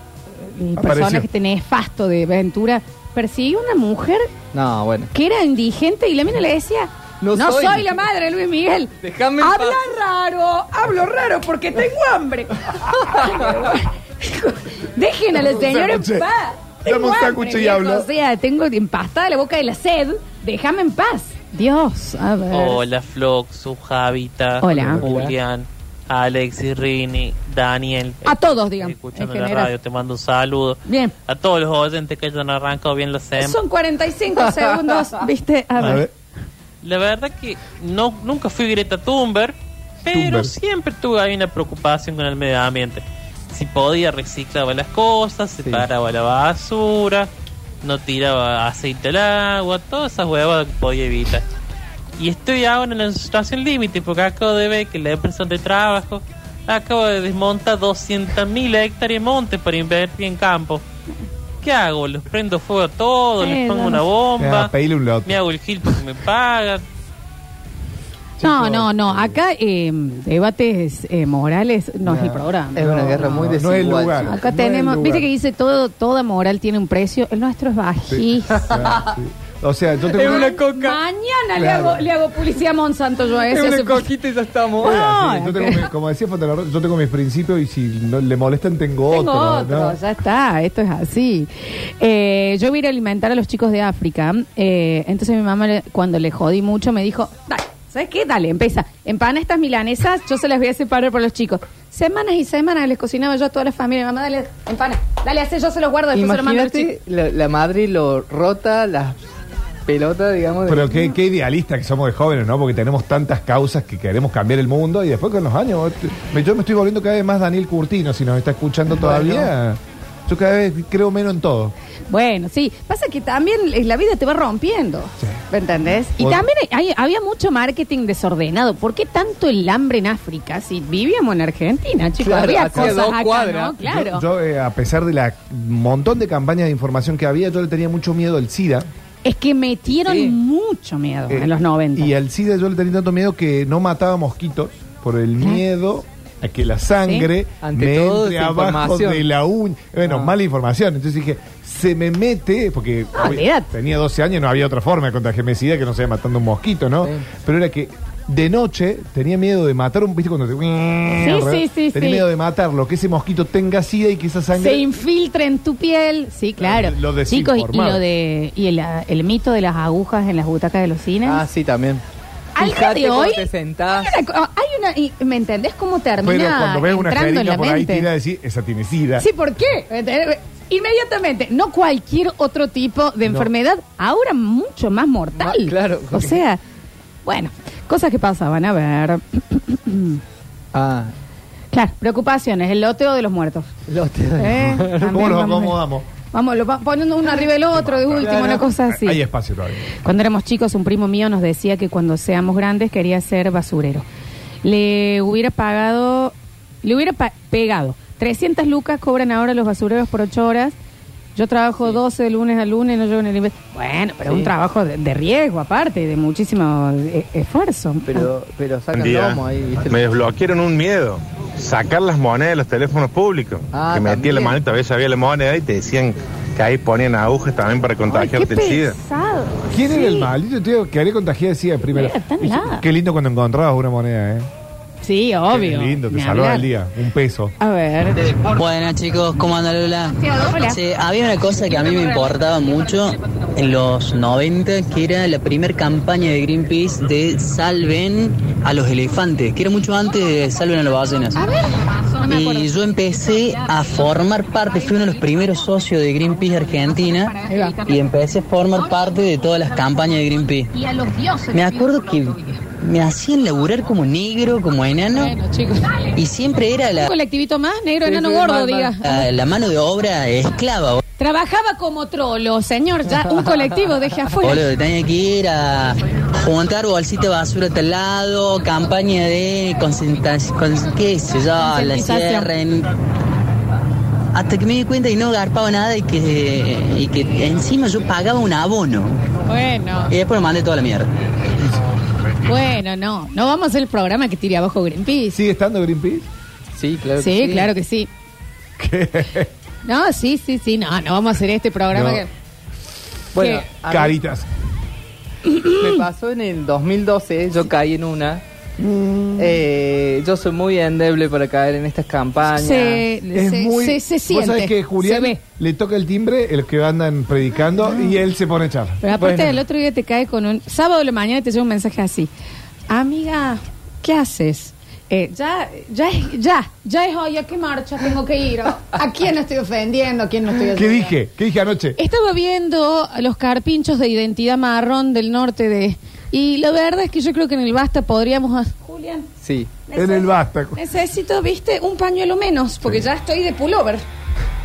Speaker 1: el
Speaker 2: Apareció.
Speaker 1: personaje este nefasto de Ventura persiguió una mujer
Speaker 3: No, bueno.
Speaker 1: que era indigente y la mina le decía... No,
Speaker 3: No
Speaker 1: soy.
Speaker 3: soy".
Speaker 1: la madre de Luis Miguel.
Speaker 3: Déjame en
Speaker 1: Habla
Speaker 3: paz".
Speaker 1: raro, hablo raro porque tengo hambre. Dejen a la
Speaker 2: Dame un
Speaker 1: señora en
Speaker 2: sándwich.
Speaker 1: paz.
Speaker 2: Dame un
Speaker 1: Tengo hambre,
Speaker 2: sándwich y
Speaker 1: viejo,
Speaker 2: hablo.
Speaker 1: O sea, tengo empastada la boca de la sed. Déjame en paz. Dios, a ver.
Speaker 13: Hola Flox, su Javita,
Speaker 1: Hola.
Speaker 13: Julián, Alexis, Rini, Daniel.
Speaker 1: A todos, digamos. En
Speaker 13: Escuchando la radio,
Speaker 1: general.
Speaker 13: te mando un saludo.
Speaker 1: Bien.
Speaker 13: A todos los oyentes que hayan arrancado bien los SEM.
Speaker 1: Son 45 segundos, viste. A ver.
Speaker 13: La verdad que no, nunca fui Greta Thunberg, pero
Speaker 2: Thunberg. Ah,
Speaker 13: siempre tuve ahí una preocupación con el medio ambiente. Si podía reciclaba las cosas, separaba la basura, no tiraba aceite al agua, todas esas huevas que podía evitar. Y estoy ahora en la situación límite porque acabo de ver que la empresa de trabajo acaba de desmontar 200.000 hectáreas de montes para invertir en campo. ¿Qué hago? ¿Los prendo fuego a todos?
Speaker 1: Eh,
Speaker 13: ¿Les pongo una
Speaker 1: vamos.
Speaker 13: bomba?
Speaker 2: Ah, pedile un lote.
Speaker 13: Me hago el gil porque me pagan.
Speaker 1: No, no, no. Acá eh, debates eh, morales no, es el programa.
Speaker 3: Es una guerra muy
Speaker 2: no es el
Speaker 3: desigual.
Speaker 2: lugar.
Speaker 1: Acá
Speaker 2: No es el
Speaker 1: tenemos,
Speaker 2: lugar.
Speaker 1: viste que dice todo, toda moral tiene un precio. El nuestro es bajísimo.
Speaker 2: Ah, O sea, yo tengo
Speaker 1: Es Mañana le,
Speaker 2: Claro.
Speaker 1: hago, le hago publicidad a Monsanto yo a ese. hace-
Speaker 3: coquita y ya estamos.
Speaker 1: No,
Speaker 2: Yo tengo mi- como decía Fontana Rosa, yo tengo mis principios y si no le molestan tengo,
Speaker 1: Tengo
Speaker 2: otro.
Speaker 1: otro,
Speaker 2: ¿no?
Speaker 1: ya está, esto es así. Eh, yo voy a ir a alimentar a los chicos de África. eh, entonces mi mamá, le- cuando le jodí mucho, me dijo, dale, ¿sabes qué? Dale, empieza. Empana estas milanesas, yo se las voy a separar para los chicos. Semanas y semanas les cocinaba yo a toda la familia. Mamá, dale, empana, dale, hace, yo se los guardo, después se los mando a los chicos.
Speaker 3: Imagínate, la, la madre lo rota las pelotas, digamos. de-
Speaker 2: Pero qué, qué idealista que somos de jóvenes, ¿no? Porque tenemos tantas causas que queremos cambiar el mundo y después con los años. te- me- Yo me estoy volviendo cada vez más Daniel Curtino, si nos está escuchando todavía. Yo cada vez creo menos en todo.
Speaker 1: Bueno, sí. Pasa que también eh, la vida te va rompiendo. ¿Me entendés? Y
Speaker 2: Bueno.
Speaker 1: también hay- había mucho marketing desordenado. ¿Por qué tanto el hambre en África si vivíamos en Argentina, chicos?
Speaker 3: Claro,
Speaker 1: había
Speaker 3: hacía
Speaker 1: cosas
Speaker 3: dos
Speaker 1: acá,
Speaker 3: cuadras.
Speaker 1: ¿no? Claro.
Speaker 2: Yo, yo, eh, a pesar de la montón de campañas de información que había, yo le tenía mucho miedo al SIDA.
Speaker 1: es que metieron
Speaker 2: Sí.
Speaker 1: mucho miedo
Speaker 2: Eh,
Speaker 1: en los 90.
Speaker 2: Y al SIDA yo le tenía tanto miedo que no mataba mosquitos por el miedo a que la sangre
Speaker 3: Sí. Ante
Speaker 2: me
Speaker 3: todo,
Speaker 2: entre
Speaker 3: esa
Speaker 2: abajo
Speaker 3: información.
Speaker 2: de la uña. Bueno, mala información. Entonces dije, se me mete, porque
Speaker 1: Ah,
Speaker 2: obvio,
Speaker 1: olvídate.
Speaker 2: tenía 12 años, no había otra forma de contagiarme de SIDA que no sea matando un mosquito, ¿no? Pero era que de noche tenía miedo de matar un. ¿Viste cuando te.?
Speaker 1: sí, sí,
Speaker 2: Tenía
Speaker 1: sí.
Speaker 2: miedo de matarlo, que ese mosquito tenga SIDA y que esa sangre.
Speaker 1: Se infiltra en tu piel. Sí, claro.
Speaker 2: Lo
Speaker 1: Chicos, y- y
Speaker 2: desinformado.
Speaker 1: lo de y el, ah, el mito de las agujas en las butacas de los cines.
Speaker 3: Ah, sí, también.
Speaker 1: Al día
Speaker 3: Fíjate
Speaker 1: de
Speaker 3: cómo
Speaker 1: hoy,
Speaker 3: te sentás.
Speaker 1: hay una- hay una, y- ¿me entendés cómo termina
Speaker 2: Pero cuando ves una
Speaker 1: entrando en
Speaker 2: jeringa
Speaker 1: la
Speaker 2: por ahí
Speaker 1: mente?
Speaker 2: tira decir, esa tiene SIDA.
Speaker 1: Sí, ¿por qué? ¿Entendés? Inmediatamente, no cualquier otro tipo de
Speaker 2: No.
Speaker 1: enfermedad, ahora mucho más mortal.
Speaker 3: Ma- claro.
Speaker 1: O sea, bueno, cosas que pasaban, a ver.
Speaker 3: Ah,
Speaker 1: claro, preocupaciones, el loteo de los muertos.
Speaker 3: los te
Speaker 1: Eh, también
Speaker 2: ¿Cómo los
Speaker 1: vamos a-
Speaker 2: acomodamos?
Speaker 1: Vamos, lo va poniendo uno arriba del otro, de último, una cosa así.
Speaker 2: Hay espacio todavía.
Speaker 1: Cuando éramos chicos, un primo mío nos decía que cuando seamos grandes quería ser basurero. Le hubiera pagado, le hubiera pa- pegado. 300 lucas cobran ahora los basureros por 8 horas. Yo trabajo 12 de lunes a lunes, no llevo ni el inve- Bueno, pero
Speaker 3: Sí.
Speaker 1: un trabajo de, de riesgo aparte, de muchísimo eh, esfuerzo.
Speaker 3: Pero, pero sacan
Speaker 14: día.
Speaker 3: lomo ahí, ¿viste?
Speaker 14: Me desbloquearon un miedo. Sacar las monedas de los teléfonos públicos.
Speaker 3: Ah,
Speaker 14: que metía
Speaker 3: también.
Speaker 14: la manita, a veces había la moneda y te decían que ahí ponían agujas también para contagiarte el SIDA.
Speaker 2: ¿Quién era el maldito tío que haré contagiar decía en primera?
Speaker 1: Mira, tan nada.
Speaker 2: Qué lindo cuando encontrabas una moneda, ¿eh?
Speaker 1: Sí, obvio.
Speaker 2: Qué lindo, te
Speaker 1: Ni
Speaker 2: salvaba
Speaker 1: hablar.
Speaker 2: el día. Un peso.
Speaker 1: A ver.
Speaker 15: Buenas chicos, ¿cómo anda Lola?
Speaker 1: Hola.
Speaker 15: Sí, había una cosa que a mí me importaba mucho en los 90, que era la primer campaña de Greenpeace de salven a los elefantes, que era mucho antes de salven a las ballenas. Y yo empecé a formar parte, fui uno de los primeros socios de Greenpeace Argentina y empecé a formar parte de todas las campañas de Greenpeace.
Speaker 1: Y a los dioses.
Speaker 15: Me acuerdo que me hacían laburar como negro, como enano, y siempre era la,
Speaker 1: Un colectivito más, negro,
Speaker 15: Sí,
Speaker 1: enano,
Speaker 15: sí,
Speaker 1: gordo,
Speaker 15: mal, mal.
Speaker 1: diga.
Speaker 15: la, la mano de obra esclava.
Speaker 1: Trabajaba como trolo, señor. Ya un colectivo, deje afuera.
Speaker 15: Boludo, tenía que ir a juntar bolsita de basura a tal lado, campaña de concentración, qué sé yo, la
Speaker 1: Concientización.
Speaker 15: cierren. Hasta que me di cuenta y no garpaba nada y que, y que encima yo pagaba un abono.
Speaker 1: Bueno,
Speaker 15: Y después me mandé toda la mierda.
Speaker 1: bueno, no. No vamos a hacer el programa que tire abajo Greenpeace.
Speaker 2: ¿Sigue estando Greenpeace?
Speaker 3: Sí, claro
Speaker 1: Sí, claro que sí. No, sí, sí, sí. No, no vamos a hacer este programa
Speaker 3: No.
Speaker 1: que.
Speaker 3: Bueno, a mí-
Speaker 2: Caritas.
Speaker 3: Me pasó en el 2012, yo caí en una. Eh, yo soy muy endeble para caer en estas campañas.
Speaker 1: Eh, Se-
Speaker 2: Es muy. Vos sabés que Julián le toca el timbre, el que andan predicando, y él se pone a echar.
Speaker 1: Pero aparte
Speaker 2: Bueno.
Speaker 1: del otro día te cae con un. Sábado de la mañana y te llega un mensaje así. Amiga, ¿qué haces? Eh, ya, ya, es- ya, ya es hoy, ¿a qué marcha tengo que ir? ¿A quién estoy ofendiendo? ¿A quién no estoy
Speaker 2: ¿Qué
Speaker 1: ofendiendo?
Speaker 2: dije? ¿Qué dije anoche?
Speaker 1: Estaba viendo a los carpinchos de identidad marrón del norte de... Y la verdad es que yo creo que en el Basta podríamos... Julián,
Speaker 3: Sí.
Speaker 1: En
Speaker 2: el basta.
Speaker 1: eh. necesito, viste, un pañuelo menos, porque ya estoy de pullover.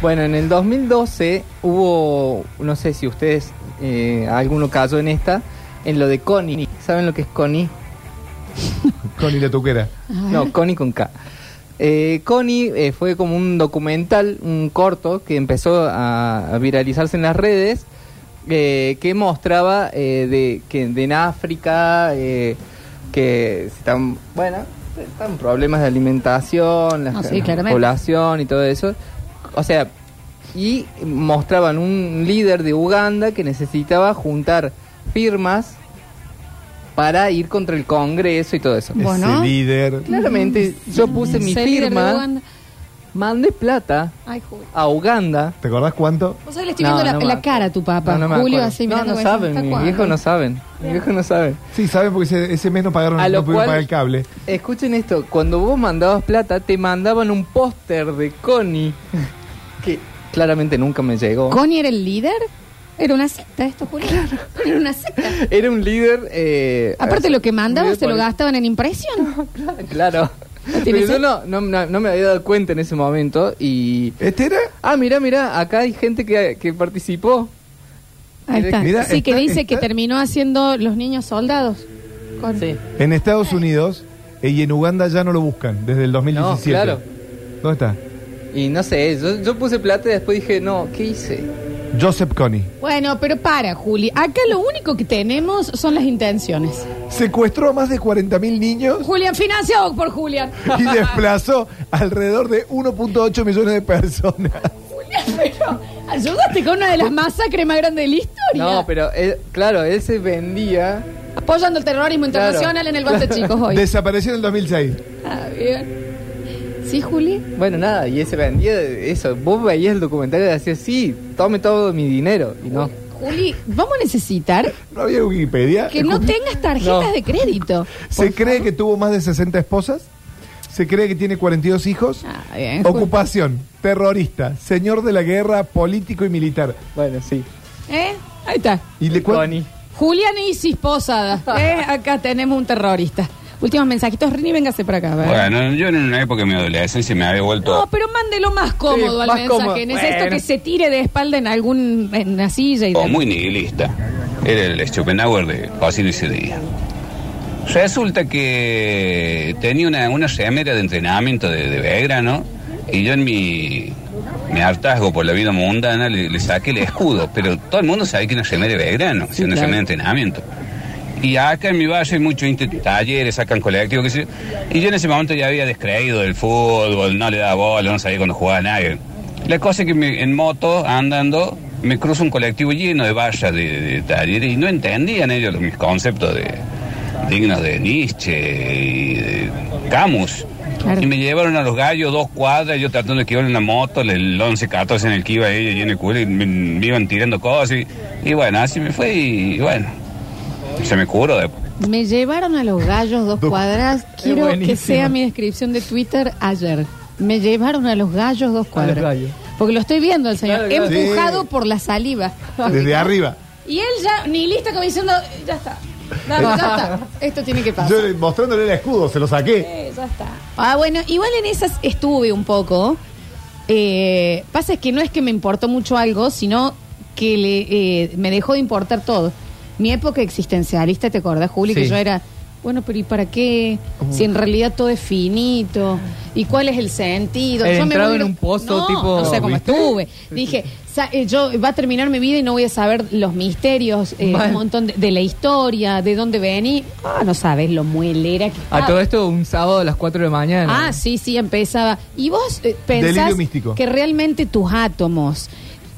Speaker 3: Bueno, en el 2012 hubo, no sé si ustedes, eh, alguno cayó en esta, en lo de Connie. ¿Saben lo que es Connie?
Speaker 2: Connie la tuquera.
Speaker 3: No, Connie con K. Eh, Connie eh, fue como un documental, un corto, que empezó a, a viralizarse en las redes, eh, que mostraba eh, de, que de en África, eh, que se están, bueno, están problemas de alimentación, la,
Speaker 1: No, Ah, sí,
Speaker 3: la
Speaker 1: claramente.
Speaker 3: población y todo eso. O sea, y mostraban un líder de Uganda que necesitaba juntar firmas para ir contra el Congreso y todo eso.
Speaker 1: Bueno.
Speaker 2: Ese líder.
Speaker 3: Claramente,
Speaker 1: Mm.
Speaker 3: yo puse mi
Speaker 1: Ese líder de
Speaker 3: firma,
Speaker 1: Uganda.
Speaker 3: mandé plata
Speaker 1: Ay, Julio.
Speaker 3: a Uganda.
Speaker 2: ¿Te acordás cuánto?
Speaker 1: Vos sabés, le estoy
Speaker 3: No,
Speaker 1: viendo la-
Speaker 3: no me
Speaker 1: la,
Speaker 3: acuerdo.
Speaker 1: cara a tu papá.
Speaker 3: no me
Speaker 1: Julio
Speaker 3: acuerdo.
Speaker 1: así
Speaker 3: No,
Speaker 1: mirando.
Speaker 3: no
Speaker 1: como
Speaker 3: saben,
Speaker 1: diciendo,
Speaker 3: mis
Speaker 1: ¿hasta
Speaker 3: viejos
Speaker 1: cuándo?
Speaker 3: no saben. Mis viejos no saben.
Speaker 2: Sí, saben porque ese, ese mes no pagaron,
Speaker 3: A lo
Speaker 2: no pudieron
Speaker 3: cual-
Speaker 2: pagar el cable.
Speaker 3: Escuchen esto, cuando vos mandabas plata, te mandaban un póster de Connie, que claramente nunca me llegó.
Speaker 1: ¿Connie era el líder? Era una secta esto, Julio. Era una secta.
Speaker 3: Era un líder... eh,
Speaker 1: Aparte lo que mandaba
Speaker 3: líder
Speaker 1: se lo
Speaker 3: político.
Speaker 1: gastaban en impresión.
Speaker 3: Claro. Pero
Speaker 1: tiene
Speaker 3: yo
Speaker 1: sen-
Speaker 3: no, no, no- no me había dado cuenta en ese momento y...
Speaker 2: ¿Este era?
Speaker 3: Ah, mirá, mirá, acá hay gente que, que participó.
Speaker 1: Ahí está.
Speaker 2: Mira,
Speaker 1: sí, que
Speaker 2: está-
Speaker 1: dice que
Speaker 2: está-
Speaker 1: terminó haciendo los niños soldados. Con-
Speaker 2: En Estados Unidos eh, y en Uganda ya no lo buscan desde el 2017.
Speaker 3: No, claro.
Speaker 2: ¿Dónde está?
Speaker 3: Y no sé, yo, yo puse plata y después dije, no, ¿qué hice?
Speaker 2: Joseph Connie.
Speaker 1: Bueno, pero para, Juli. Acá lo único que tenemos son las intenciones.
Speaker 2: Secuestró a más de 40.000 niños
Speaker 1: Julián, financiado por Julián.
Speaker 2: y desplazó alrededor de 1.8 millones de personas.
Speaker 1: Pero ayúdate con una de las masacres más grandes de la historia.
Speaker 3: No, pero él- claro, él se vendía.
Speaker 1: Apoyando el terrorismo
Speaker 3: Claro.
Speaker 1: internacional en el Basta Chicos hoy.
Speaker 2: Desapareció en el 2006.
Speaker 1: Ah, bien. ¿Sí, Juli?
Speaker 3: Bueno, nada, y él se vendía de eso. Vos veías el documental y decías, sí, tome todo mi dinero. Y no.
Speaker 1: Juli, vamos a necesitar
Speaker 2: No había Wikipedia.
Speaker 1: que no tengas tarjetas
Speaker 3: No.
Speaker 1: de crédito.
Speaker 2: Se cree que tuvo más de 60 esposas. Se cree que tiene 42 hijos.
Speaker 1: Ah, bien, Juli.
Speaker 2: Ocupación, terrorista, señor de la guerra, político y militar.
Speaker 3: Bueno, sí.
Speaker 1: ¿Eh? Ahí está.
Speaker 2: Y le cuento.
Speaker 3: Connie.
Speaker 1: Julián Isis Posada. ¿eh? Acá tenemos un terrorista. Últimos mensajitos, Rini, véngase para acá. a ver.
Speaker 16: Bueno, yo en una época de mi adolescencia me había vuelto.
Speaker 1: No, pero mándelo más cómodo
Speaker 3: Sí,
Speaker 1: al
Speaker 3: más
Speaker 1: mensaje.
Speaker 3: cómodo.
Speaker 1: Necesito
Speaker 16: Bueno.
Speaker 1: que se tire de espalda en algún en una silla y
Speaker 16: o Oh, muy nihilista. Era el Schopenhauer de Basilio Cedilla. Resulta que tenía una, una remera de entrenamiento de, de Belgrano y yo en mi, mi hartazgo por la vida mundana le, le saqué el escudo, pero todo el mundo sabe que es una remera de Belgrano, es una remera de entrenamiento. Y acá en mi valle hay muchos inte- talleres, sacan colectivos, qué sé yo. Y yo en ese momento ya había descreído del fútbol, no le daba bola, no sabía cuando jugaba nadie. La cosa es que me- en moto, andando, me cruzo un colectivo lleno de vallas de, de talleres y no entendían ellos los- mis conceptos de, dignos de Nietzsche y de Camus. Y me llevaron a los gallos dos cuadras, yo tratando de que iban en la moto, el 11-14 en el que iba ella y en el culo, y me, me iban tirando cosas. Y, y bueno, así me fue y bueno, se me curó después.
Speaker 1: Me llevaron a los gallos dos cuadras. Quiero que
Speaker 16: buenísimo.
Speaker 1: sea mi descripción de Twitter ayer. Me llevaron a los gallos dos cuadras.
Speaker 3: gallos.
Speaker 1: Porque lo estoy viendo el señor,
Speaker 3: Claro, claro.
Speaker 1: empujado
Speaker 2: Sí.
Speaker 1: por la saliva.
Speaker 2: Desde arriba.
Speaker 1: Y él ya, ni lista como diciendo, "Eh, ya está. Dame, ya está. Esto tiene que pasar.
Speaker 2: Yo le- mostrándole el escudo, se lo saqué.
Speaker 1: Eh, ya está. Ah, bueno, igual en esas estuve un poco. Eh, pasa es que no es que me importó mucho algo, sino que le, eh, me dejó de importar todo. Mi época existencialista, ¿te acordás, Juli? Que
Speaker 17: Sí.
Speaker 1: yo era, bueno, pero ¿y para qué? Si
Speaker 3: Uh.
Speaker 1: en realidad todo es finito. ¿Y cuál es el sentido?
Speaker 3: Era
Speaker 1: Yo me
Speaker 3: entrado
Speaker 1: voy a ir-
Speaker 3: en un pozo
Speaker 1: No,
Speaker 3: tipo-
Speaker 1: O sea, como
Speaker 3: ¿Viste?
Speaker 1: estuve. Dije, sa- eh, yo va a terminar mi vida y no voy a saber los misterios, eh,
Speaker 3: Mal.
Speaker 1: un montón de, de la historia, de dónde vení. Ah, no sabes lo muelera que
Speaker 3: A
Speaker 1: estaba.
Speaker 3: todo esto un sábado a las 4 de la mañana.
Speaker 1: Ah, sí, sí, empezaba. ¿Y vos eh, pensás
Speaker 3: Delirio místico.
Speaker 1: que realmente tus átomos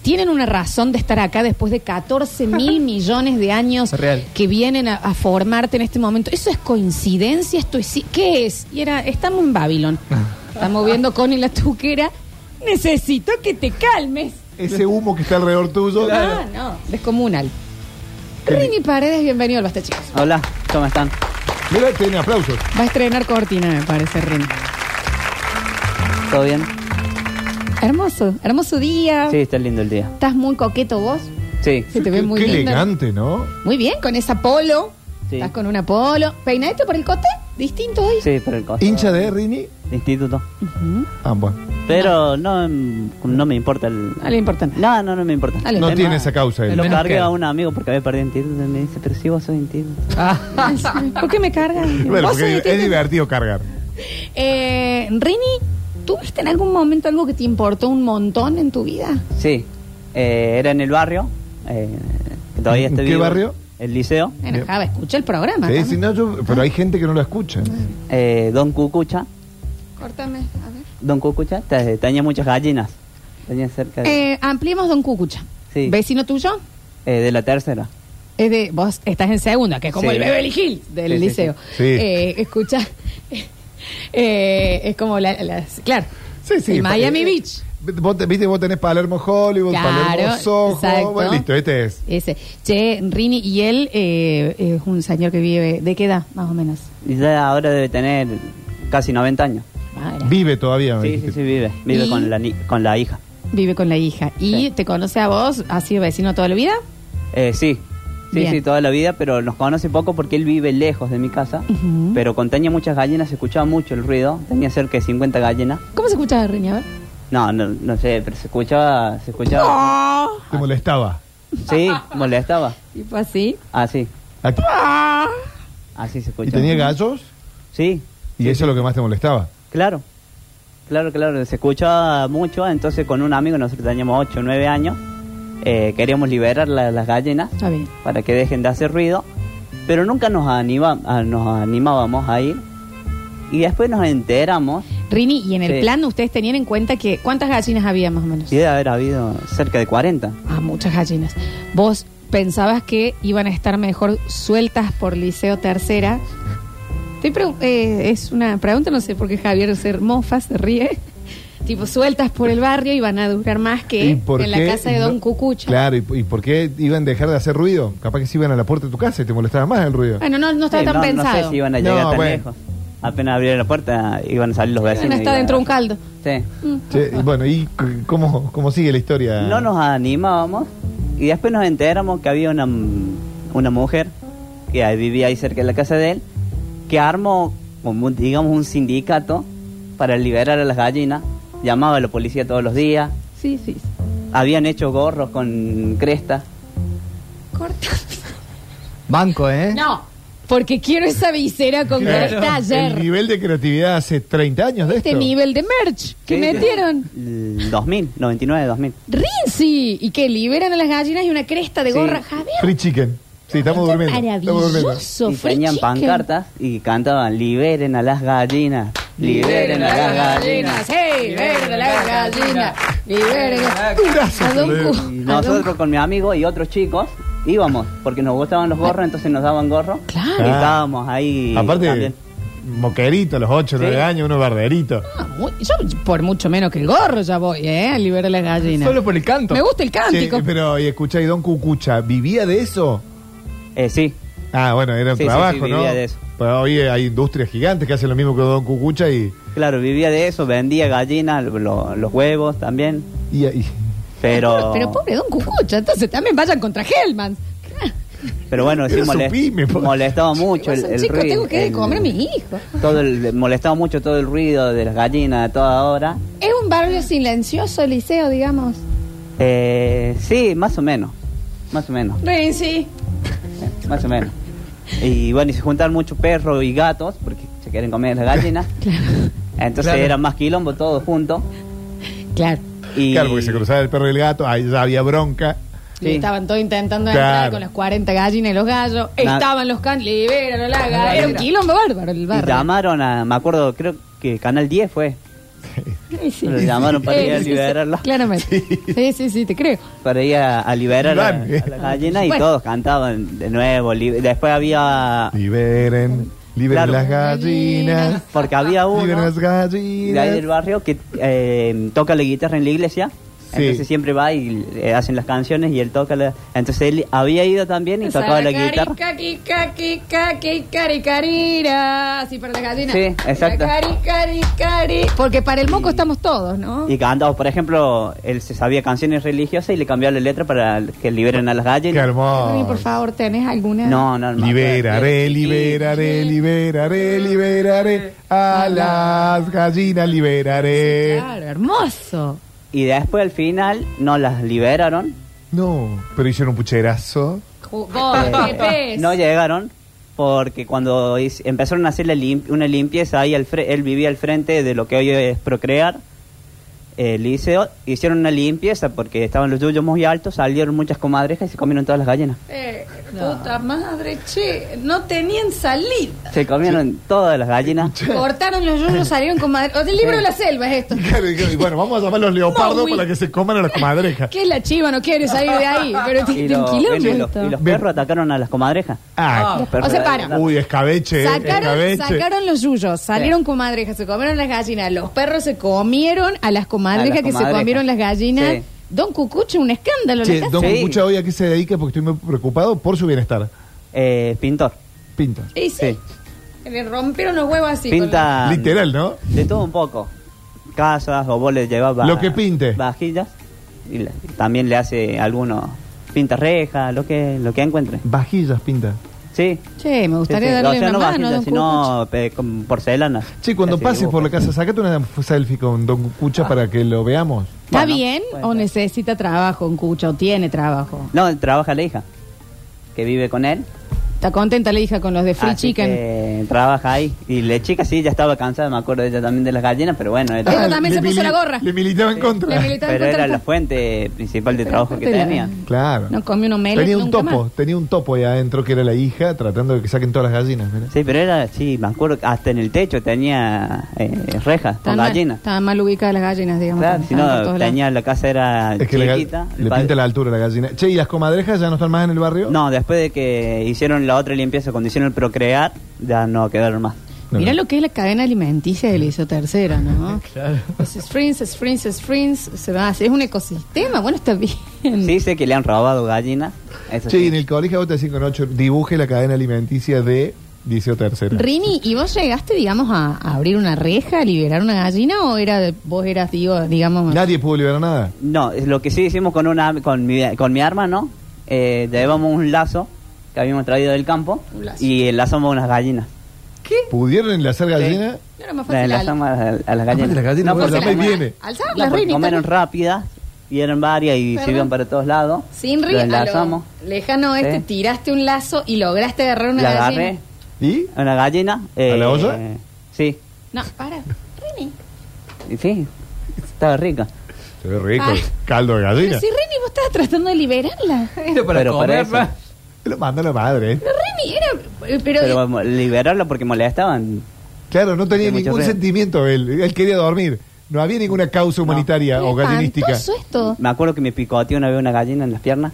Speaker 1: tienen una razón de estar acá después de 14 mil millones de años que vienen a, a formarte en este momento? ¿Eso es coincidencia? ¿Esto es, ¿Qué es? Y era, estamos en Babilón. Estamos viendo con la tuquera. Necesito que te calmes.
Speaker 2: Ese humo que está alrededor tuyo.
Speaker 1: Ah, no, descomunal. Rini Paredes, bienvenido al Basta Chicos.
Speaker 17: Hola, ¿cómo están?
Speaker 2: Mira, tiene aplausos.
Speaker 1: Va a estrenar cortina, me parece, Rin.
Speaker 17: ¿Todo bien?
Speaker 1: Hermoso, hermoso día.
Speaker 17: Sí, está lindo el día.
Speaker 1: Estás muy coqueto vos.
Speaker 17: Sí.
Speaker 1: Se te ve muy
Speaker 2: Qué
Speaker 1: lindo.
Speaker 2: elegante, ¿no?
Speaker 1: Muy bien, con esa polo.
Speaker 17: Sí.
Speaker 1: Estás con una polo. ¿Peinadito por el cote? Distinto hoy. Mm,
Speaker 17: Sí, por el costo.
Speaker 2: ¿Hincha de Rini?
Speaker 17: Instituto.
Speaker 1: Ujú.
Speaker 2: Ah, bueno.
Speaker 17: Pero no, mm, no me importa el.
Speaker 1: Ah, le importan.
Speaker 17: No, no, no me importa.
Speaker 1: Ah, le No importa. tiene
Speaker 2: esa causa,
Speaker 17: Me
Speaker 2: él.
Speaker 17: lo
Speaker 2: Menos
Speaker 17: cargué
Speaker 2: que-
Speaker 17: a un amigo porque había perdido instituto y me dice, pero si vos sos instituto.
Speaker 3: Ah,
Speaker 1: ¿Por qué me cargan?
Speaker 2: Bueno,
Speaker 1: ¿Vos
Speaker 2: porque
Speaker 1: sos
Speaker 2: es,
Speaker 1: de-
Speaker 2: divertido cargar.
Speaker 1: Eh, Rini, ¿tuviste en algún momento algo que te importó un montón en tu vida?
Speaker 17: Sí. Eh, era en el barrio. eh, que todavía
Speaker 2: ¿En
Speaker 17: estoy
Speaker 2: qué
Speaker 17: vivo.
Speaker 2: barrio?
Speaker 17: El liceo.
Speaker 1: Bueno, Java, escucha el programa.
Speaker 2: Sí,
Speaker 1: Java.
Speaker 2: sí, no, yo- pero hay gente que no lo escucha.
Speaker 1: Ah.
Speaker 17: Eh, Don Cucucha.
Speaker 1: Córtame, a ver.
Speaker 17: Don Cucucha te- tenía muchas gallinas. Tenía cerca de.
Speaker 1: Eh, ampliemos Don Cucucha.
Speaker 17: sí,
Speaker 1: ¿Vecino tuyo?
Speaker 17: eh, de la tercera.
Speaker 1: Es de, vos estás en segunda, que es como
Speaker 17: Sí.
Speaker 1: el Beverly Hills del
Speaker 17: Sí, sí,
Speaker 1: liceo.
Speaker 17: sí. Sí.
Speaker 1: Eh, escucha, eh, es como la, las- claro,
Speaker 2: Sí, sí.
Speaker 1: el Miami
Speaker 2: Eh,
Speaker 1: Beach.
Speaker 2: Vos te- viste, vos tenés Palermo Hollywood,
Speaker 1: Claro,
Speaker 2: Palermo Soho.
Speaker 1: exacto.
Speaker 2: Bueno, listo, este es.
Speaker 1: Ese. Che, Rini, y él eh, es un señor que vive, ¿de qué edad, más o menos?
Speaker 17: Y ya ahora debe tener casi 90 años.
Speaker 1: Madre.
Speaker 2: Vive todavía, me
Speaker 17: Sí, sí,
Speaker 2: dijiste.
Speaker 17: sí, vive. Vive
Speaker 1: Y-
Speaker 17: con la, ni- con la hija.
Speaker 1: Vive con la hija. ¿Y te conoce a vos? ¿Ha sido vecino toda la vida?
Speaker 17: Eh, sí. Sí,
Speaker 1: Bien.
Speaker 17: sí, toda la vida, pero nos conoce poco porque él vive lejos de mi casa.
Speaker 1: Ujú.
Speaker 17: Pero con tenía muchas gallinas, se escuchaba mucho el ruido. Tenía cerca de 50 gallinas.
Speaker 1: ¿Cómo se escucha a Rini? A ver.
Speaker 17: No, no, no sé, pero se escuchaba. Se escuchaba.
Speaker 1: Ah,
Speaker 2: Te molestaba.
Speaker 17: Sí, molestaba.
Speaker 1: Tipo así.
Speaker 17: Así,
Speaker 1: Ah.
Speaker 17: así se escuchaba.
Speaker 2: ¿Y tenía gallos?
Speaker 17: Sí,
Speaker 2: Y eso es lo que más te molestaba.
Speaker 17: claro. Claro, claro, se escuchaba mucho. Entonces, con un amigo, nosotros teníamos 8 o 9 años, eh, queríamos liberar la- las gallinas.
Speaker 1: Está bien.
Speaker 17: para que dejen de hacer ruido, pero nunca nos, anima, a- nos animábamos a ir. Y después nos enteramos,
Speaker 1: Rini, y en el
Speaker 17: Sí.
Speaker 1: plan ustedes tenían en cuenta que cuántas gallinas había más o menos.
Speaker 17: y debe haber habido cerca de 40.
Speaker 1: Ah, muchas gallinas. ¿Vos pensabas que iban a estar mejor sueltas por Liceo Tercera? Te pregun- eh, es una pregunta, no sé por qué Javier se mofa, se ríe. tipo, sueltas por el barrio iban a durar más que
Speaker 2: ¿Y por
Speaker 1: en la
Speaker 2: qué
Speaker 1: casa de
Speaker 2: no-
Speaker 1: Don Cucucha.
Speaker 2: Claro, ¿y, y por qué iban a dejar de hacer ruido? Capaz que se iban a la puerta de tu casa y te molestaba más el ruido.
Speaker 1: Bueno, no, no estaba
Speaker 17: Sí,
Speaker 1: tan
Speaker 17: no,
Speaker 1: pensado.
Speaker 17: No sé si iban a
Speaker 2: No,
Speaker 17: llegar tan
Speaker 2: bueno.
Speaker 17: lejos. Apenas abrieron la puerta, iban a salir los vecinos.
Speaker 1: Bueno,
Speaker 17: y
Speaker 1: está
Speaker 17: iban a-
Speaker 1: dentro de un caldo.
Speaker 17: Sí.
Speaker 1: Mm.
Speaker 2: Che, y bueno, ¿y c- cómo, cómo sigue la historia?
Speaker 17: No nos animábamos y después nos enteramos que había una, m- una mujer que ahí vivía ahí cerca de la casa de él que armó como un- digamos un sindicato para liberar a las gallinas, llamaba a la policía todos los días,
Speaker 1: Sí, sí. sí.
Speaker 17: habían hecho gorros con cresta.
Speaker 1: Corta.
Speaker 3: Banco, ¿eh?
Speaker 1: No, porque quiero esa visera con
Speaker 2: Claro.
Speaker 1: que está
Speaker 2: El
Speaker 1: ayer.
Speaker 2: nivel de creatividad hace 30 años de
Speaker 1: Este
Speaker 2: esto.
Speaker 1: nivel de merch que
Speaker 17: Sí, sí.
Speaker 1: metieron.
Speaker 17: El 2000, 99, 2000.
Speaker 1: Rinzi. Y que liberan a las gallinas y una cresta de
Speaker 17: Sí.
Speaker 1: gorra. Javier.
Speaker 2: Free chicken. Sí, estamos
Speaker 1: Esto es
Speaker 2: durmiendo. Estamos durmiendo.
Speaker 1: Maravilloso.
Speaker 17: Y
Speaker 1: free
Speaker 17: tenían
Speaker 1: chicken.
Speaker 17: pancartas y cantaban liberen a las gallinas, liberen a las gallinas.
Speaker 1: ¡Hey! ¡Liberen a las gallinas! ¡Liberen a
Speaker 2: Durazo,
Speaker 1: a Don
Speaker 2: te lo digo.
Speaker 1: Cu-
Speaker 17: Y
Speaker 1: a Don
Speaker 17: nosotros con mi amigo y otros chicos íbamos, porque nos gustaban los gorros, entonces nos daban gorros.
Speaker 1: Claro.
Speaker 17: Y estábamos ahí
Speaker 2: Ah, Aparte,
Speaker 17: también.
Speaker 2: moquerito, a los 8, 9
Speaker 17: Sí.
Speaker 2: años, uno barderito.
Speaker 1: Ah, muy- Yo por mucho menos que el gorro ya voy, ¿eh? A liberar a las gallinas.
Speaker 3: Solo por el canto.
Speaker 1: Me gusta el cántico.
Speaker 2: Che, pero, y escuchá, y Don Cucucha, ¿vivía de eso?
Speaker 17: Eh, sí,
Speaker 2: Ah, bueno, era un
Speaker 17: Sí, sí,
Speaker 2: trabajo,
Speaker 17: sí,
Speaker 2: ¿no?
Speaker 17: vivía de eso.
Speaker 2: Pero hoy hay industrias gigantes que hacen lo mismo que Don Cucucha y.
Speaker 17: claro, vivía de eso, vendía gallinas, lo- los huevos también,
Speaker 2: y- y-
Speaker 17: pero...
Speaker 1: Pero pobre Don Cucucha, entonces también vayan contra Hellman.
Speaker 17: pero bueno, sí
Speaker 2: Era su
Speaker 17: molest-
Speaker 2: pyme, pues. po.
Speaker 17: molestaba mucho el, el
Speaker 1: Chicos,
Speaker 17: ruido,
Speaker 1: tengo que
Speaker 17: el-
Speaker 1: comer a mi hijo.
Speaker 17: todo el- molestaba mucho todo el ruido de las gallinas a toda hora.
Speaker 1: Es un barrio silencioso, el liceo, digamos.
Speaker 17: Eh, sí, más o menos, más o menos,
Speaker 1: Rinzi.
Speaker 17: más o menos. Y bueno, y se juntaron muchos perros y gatos, porque se quieren comer las gallinas. Entonces
Speaker 3: Claro.
Speaker 17: era más quilombo todos juntos.
Speaker 1: Claro.
Speaker 17: Y,
Speaker 2: Claro, porque se cruzaba el perro y el gato, ahí ya había bronca.
Speaker 1: Y Estaban todos intentando entrar
Speaker 2: Claro.
Speaker 1: con las 40 gallinas y los gallos.
Speaker 17: Na-
Speaker 1: Estaban los can, liberan a las gallinas. Era un quilombo bárbaro el
Speaker 17: y
Speaker 1: barrio.
Speaker 17: llamaron a, me acuerdo, creo que Canal 10 fue,
Speaker 1: Sí, sí.
Speaker 17: Lo llamaron para ir a liberarla.
Speaker 1: Claramente. Sí, sí, sí, te creo.
Speaker 17: para ir a, a liberar a,
Speaker 2: Iván, eh.
Speaker 17: a la gallina y
Speaker 1: Bueno.
Speaker 17: todos cantaban de nuevo. li- Después había,
Speaker 2: Liberen, liberen
Speaker 17: Ah. Claro.
Speaker 2: las gallinas.
Speaker 17: porque había
Speaker 2: Liberen
Speaker 17: uno
Speaker 2: las gallinas.
Speaker 17: de ahí del barrio que eh, toca la guitarra en la iglesia Entonces siempre va y eh, hacen las canciones y él toca la... Entonces él había ido también y
Speaker 1: Pues
Speaker 17: tocaba la guitarra.
Speaker 1: Cari, caqui, caqui, cari, carira. Así para la gallina.
Speaker 17: Sí, exacto.
Speaker 1: Cari, cari, cari. Porque para el moco estamos todos, ¿no?
Speaker 17: Y cantaba, por ejemplo, él se sabía canciones religiosas y le cambiaba la letra para que liberen a las gallinas. ¡Qué
Speaker 1: Dani, por favor, ¿tenés alguna?
Speaker 17: No, no, no. eh,
Speaker 2: Liberaré, liberaré, liberaré, liberaré
Speaker 17: eh,
Speaker 2: a las gallinas, liberaré.
Speaker 1: Claro, hermoso.
Speaker 17: Y después al final no las liberaron.
Speaker 2: No, pero hicieron un pucherazo.
Speaker 17: Eh, no llegaron porque cuando hiz- empezaron a hacer la lim- una limpieza ahí al fre- él vivía al frente de lo que hoy es procrear el liceo hicieron una limpieza porque estaban los yuyos muy altos salieron muchas comadrejas y se comieron todas las gallinas
Speaker 1: Eh, Puta madre, che. No tenían salida.
Speaker 17: se comieron todas las gallinas
Speaker 1: Cortaron los yuyos, salieron con madre. O del libro de la selva es esto.
Speaker 2: Y bueno, vamos a llamar los leopardos para que se coman a las comadrejas.
Speaker 1: ¿Qué es la chiva? No quiere salir de ahí. Pero
Speaker 17: y,
Speaker 1: tiene
Speaker 17: lo-
Speaker 1: un
Speaker 17: bueno, y los,
Speaker 1: kilómetro.
Speaker 17: y los perros atacaron a las comadrejas
Speaker 1: Ah.
Speaker 17: Los perros
Speaker 1: O sea,
Speaker 17: de-
Speaker 1: para.
Speaker 2: Uy, escabeche, eh,
Speaker 1: Sacaron,
Speaker 2: escabeche.
Speaker 1: sacaron los yuyos, salieron comadrejas, se comieron las gallinas, los perros se comieron a las comadrejas
Speaker 2: A las
Speaker 1: que se
Speaker 2: comadrejas.
Speaker 1: comieron las gallinas.
Speaker 2: Sí.
Speaker 1: Don Cucucho, un escándalo.
Speaker 2: Che,
Speaker 1: la casa.
Speaker 2: don Cucucha, hoy a qué se dedica porque estoy muy preocupado por su bienestar.
Speaker 17: Eh, pintor.
Speaker 2: Pintor.
Speaker 1: Y sí, le rompieron los huevos así.
Speaker 17: pinta
Speaker 1: con
Speaker 2: Literal, ¿no?
Speaker 17: de todo un poco casas o vos le llevas
Speaker 2: Lo que pinte.
Speaker 17: vajillas y le- también le hace algunos pinta rejas lo que lo que encuentre
Speaker 2: vajillas pinta
Speaker 17: sí
Speaker 1: la- Che, me gustaría
Speaker 17: Sí, sí.
Speaker 1: darle
Speaker 17: O sea,
Speaker 1: una
Speaker 17: no
Speaker 1: mano a
Speaker 17: vajillas,
Speaker 1: Don Cucucho.
Speaker 17: sino eh, con porcelana
Speaker 2: Che, cuando
Speaker 17: Así
Speaker 2: pases
Speaker 17: dibujo.
Speaker 2: por la casa, sacate una selfie con don Cucucha para que lo veamos.
Speaker 1: ¿Está bien o necesita trabajo, Don Cucucho? ¿O tiene trabajo?
Speaker 17: no trabaja la hija que vive con él
Speaker 1: ¿Está contenta la hija con los de Free
Speaker 17: así
Speaker 1: Chicken?
Speaker 17: que trabaja ahí y la chica sí ya estaba cansada me acuerdo ella también de las gallinas pero bueno era-
Speaker 1: Ella también se puso la gorra.
Speaker 2: Ah, Le militaba en contra.
Speaker 1: Le militaba en
Speaker 17: pero
Speaker 1: contra
Speaker 17: era
Speaker 1: el
Speaker 17: la fuente principal de trabajo que
Speaker 1: aparte la-
Speaker 17: tenía
Speaker 2: Claro.
Speaker 1: No comió un omelette
Speaker 2: tenía un
Speaker 1: nunca
Speaker 2: topo,
Speaker 1: más.
Speaker 2: tenía un topo ahí adentro que era la hija tratando de que saquen todas las gallinas. mirá.
Speaker 17: Sí, pero era, sí, me acuerdo, que hasta en el techo tenía eh, rejas
Speaker 1: Estaban
Speaker 17: con
Speaker 1: mal-
Speaker 17: gallinas.
Speaker 1: Estaban mal ubicadas las gallinas, digamos.
Speaker 17: Claro,
Speaker 1: estaban-
Speaker 17: si
Speaker 1: estaban por
Speaker 17: no,
Speaker 1: todos lados.
Speaker 17: tenía la casa era
Speaker 2: Es que le,
Speaker 17: chiquitita.
Speaker 2: le pinta la altura a la gallina. Che, ¿y las comadrejas ya no están más en el barrio?
Speaker 17: No, después
Speaker 1: Ah,
Speaker 17: de que hicieron la otra limpieza, cuando hicieron el procrear, ya no quedaron más.
Speaker 1: Mirá lo que es la cadena alimenticia del ISO tercera, ¿no?
Speaker 17: Claro.
Speaker 1: Los Springs, Springs, Springs, se va así, es un ecosistema, bueno, está bien.
Speaker 17: Sí, sé que le han robado gallinas. Eso
Speaker 2: Che, y
Speaker 17: sí.
Speaker 2: en el colegio vos te decís con ocho, dibuje la cadena alimenticia de 18 tercera.
Speaker 1: Rini, ¿y vos llegaste, digamos, a, a abrir una reja, a liberar una gallina o era de- vos eras, digo, digamos...
Speaker 2: Nadie pudo liberar nada.
Speaker 17: No, es lo que sí hicimos con una con mi, con mi arma, ¿no? Eh, llevamos un lazo que habíamos traído del campo
Speaker 1: Un lazo.
Speaker 17: y enlazamos unas gallinas.
Speaker 2: ¿Pudieron enlazar gallinas?
Speaker 1: No era más
Speaker 17: La
Speaker 1: fácil.
Speaker 17: enlazamos a, a las gallinas.
Speaker 2: Aparte las gallinas,
Speaker 17: No,
Speaker 2: vos
Speaker 17: porque
Speaker 2: llamás y
Speaker 17: comían-
Speaker 2: viene.
Speaker 1: Alzar
Speaker 17: No,
Speaker 1: las
Speaker 17: porque
Speaker 1: Rini.
Speaker 17: comieron
Speaker 1: también.
Speaker 17: rápidas y eran varias y
Speaker 1: Perdón.
Speaker 17: se iban para todos lados.
Speaker 1: Sin
Speaker 17: Lo
Speaker 1: Rini, a lo
Speaker 17: enlazamos.
Speaker 1: lejano este,
Speaker 17: Sí.
Speaker 1: tiraste un lazo y lograste agarrar una
Speaker 17: La
Speaker 1: gallina.
Speaker 17: agarré.
Speaker 2: ¿Y?
Speaker 17: A la gallina. Eh.
Speaker 2: ¿A la olla?
Speaker 17: Sí,
Speaker 1: No, para, Rini.
Speaker 17: y sí. Estaba rica.
Speaker 2: Se ve rico.
Speaker 1: Ah.
Speaker 2: Caldo de
Speaker 1: Pero
Speaker 2: gallina.
Speaker 1: si Rini, vos estabas tratando de liberarla. Pero
Speaker 17: Pero para eso.
Speaker 2: Lo mandó la madre. ¿eh?
Speaker 1: Rini era... eh, Pero,
Speaker 17: Pero vamos, liberarlo porque molestaban.
Speaker 2: Claro, no tenía
Speaker 17: Hace mucho
Speaker 2: ningún
Speaker 17: frío.
Speaker 2: sentimiento él. Él quería dormir. No había ninguna causa humanitaria o gallinística.
Speaker 1: espantoso esto.
Speaker 17: Me acuerdo que me picoteó una vez una gallina en las piernas.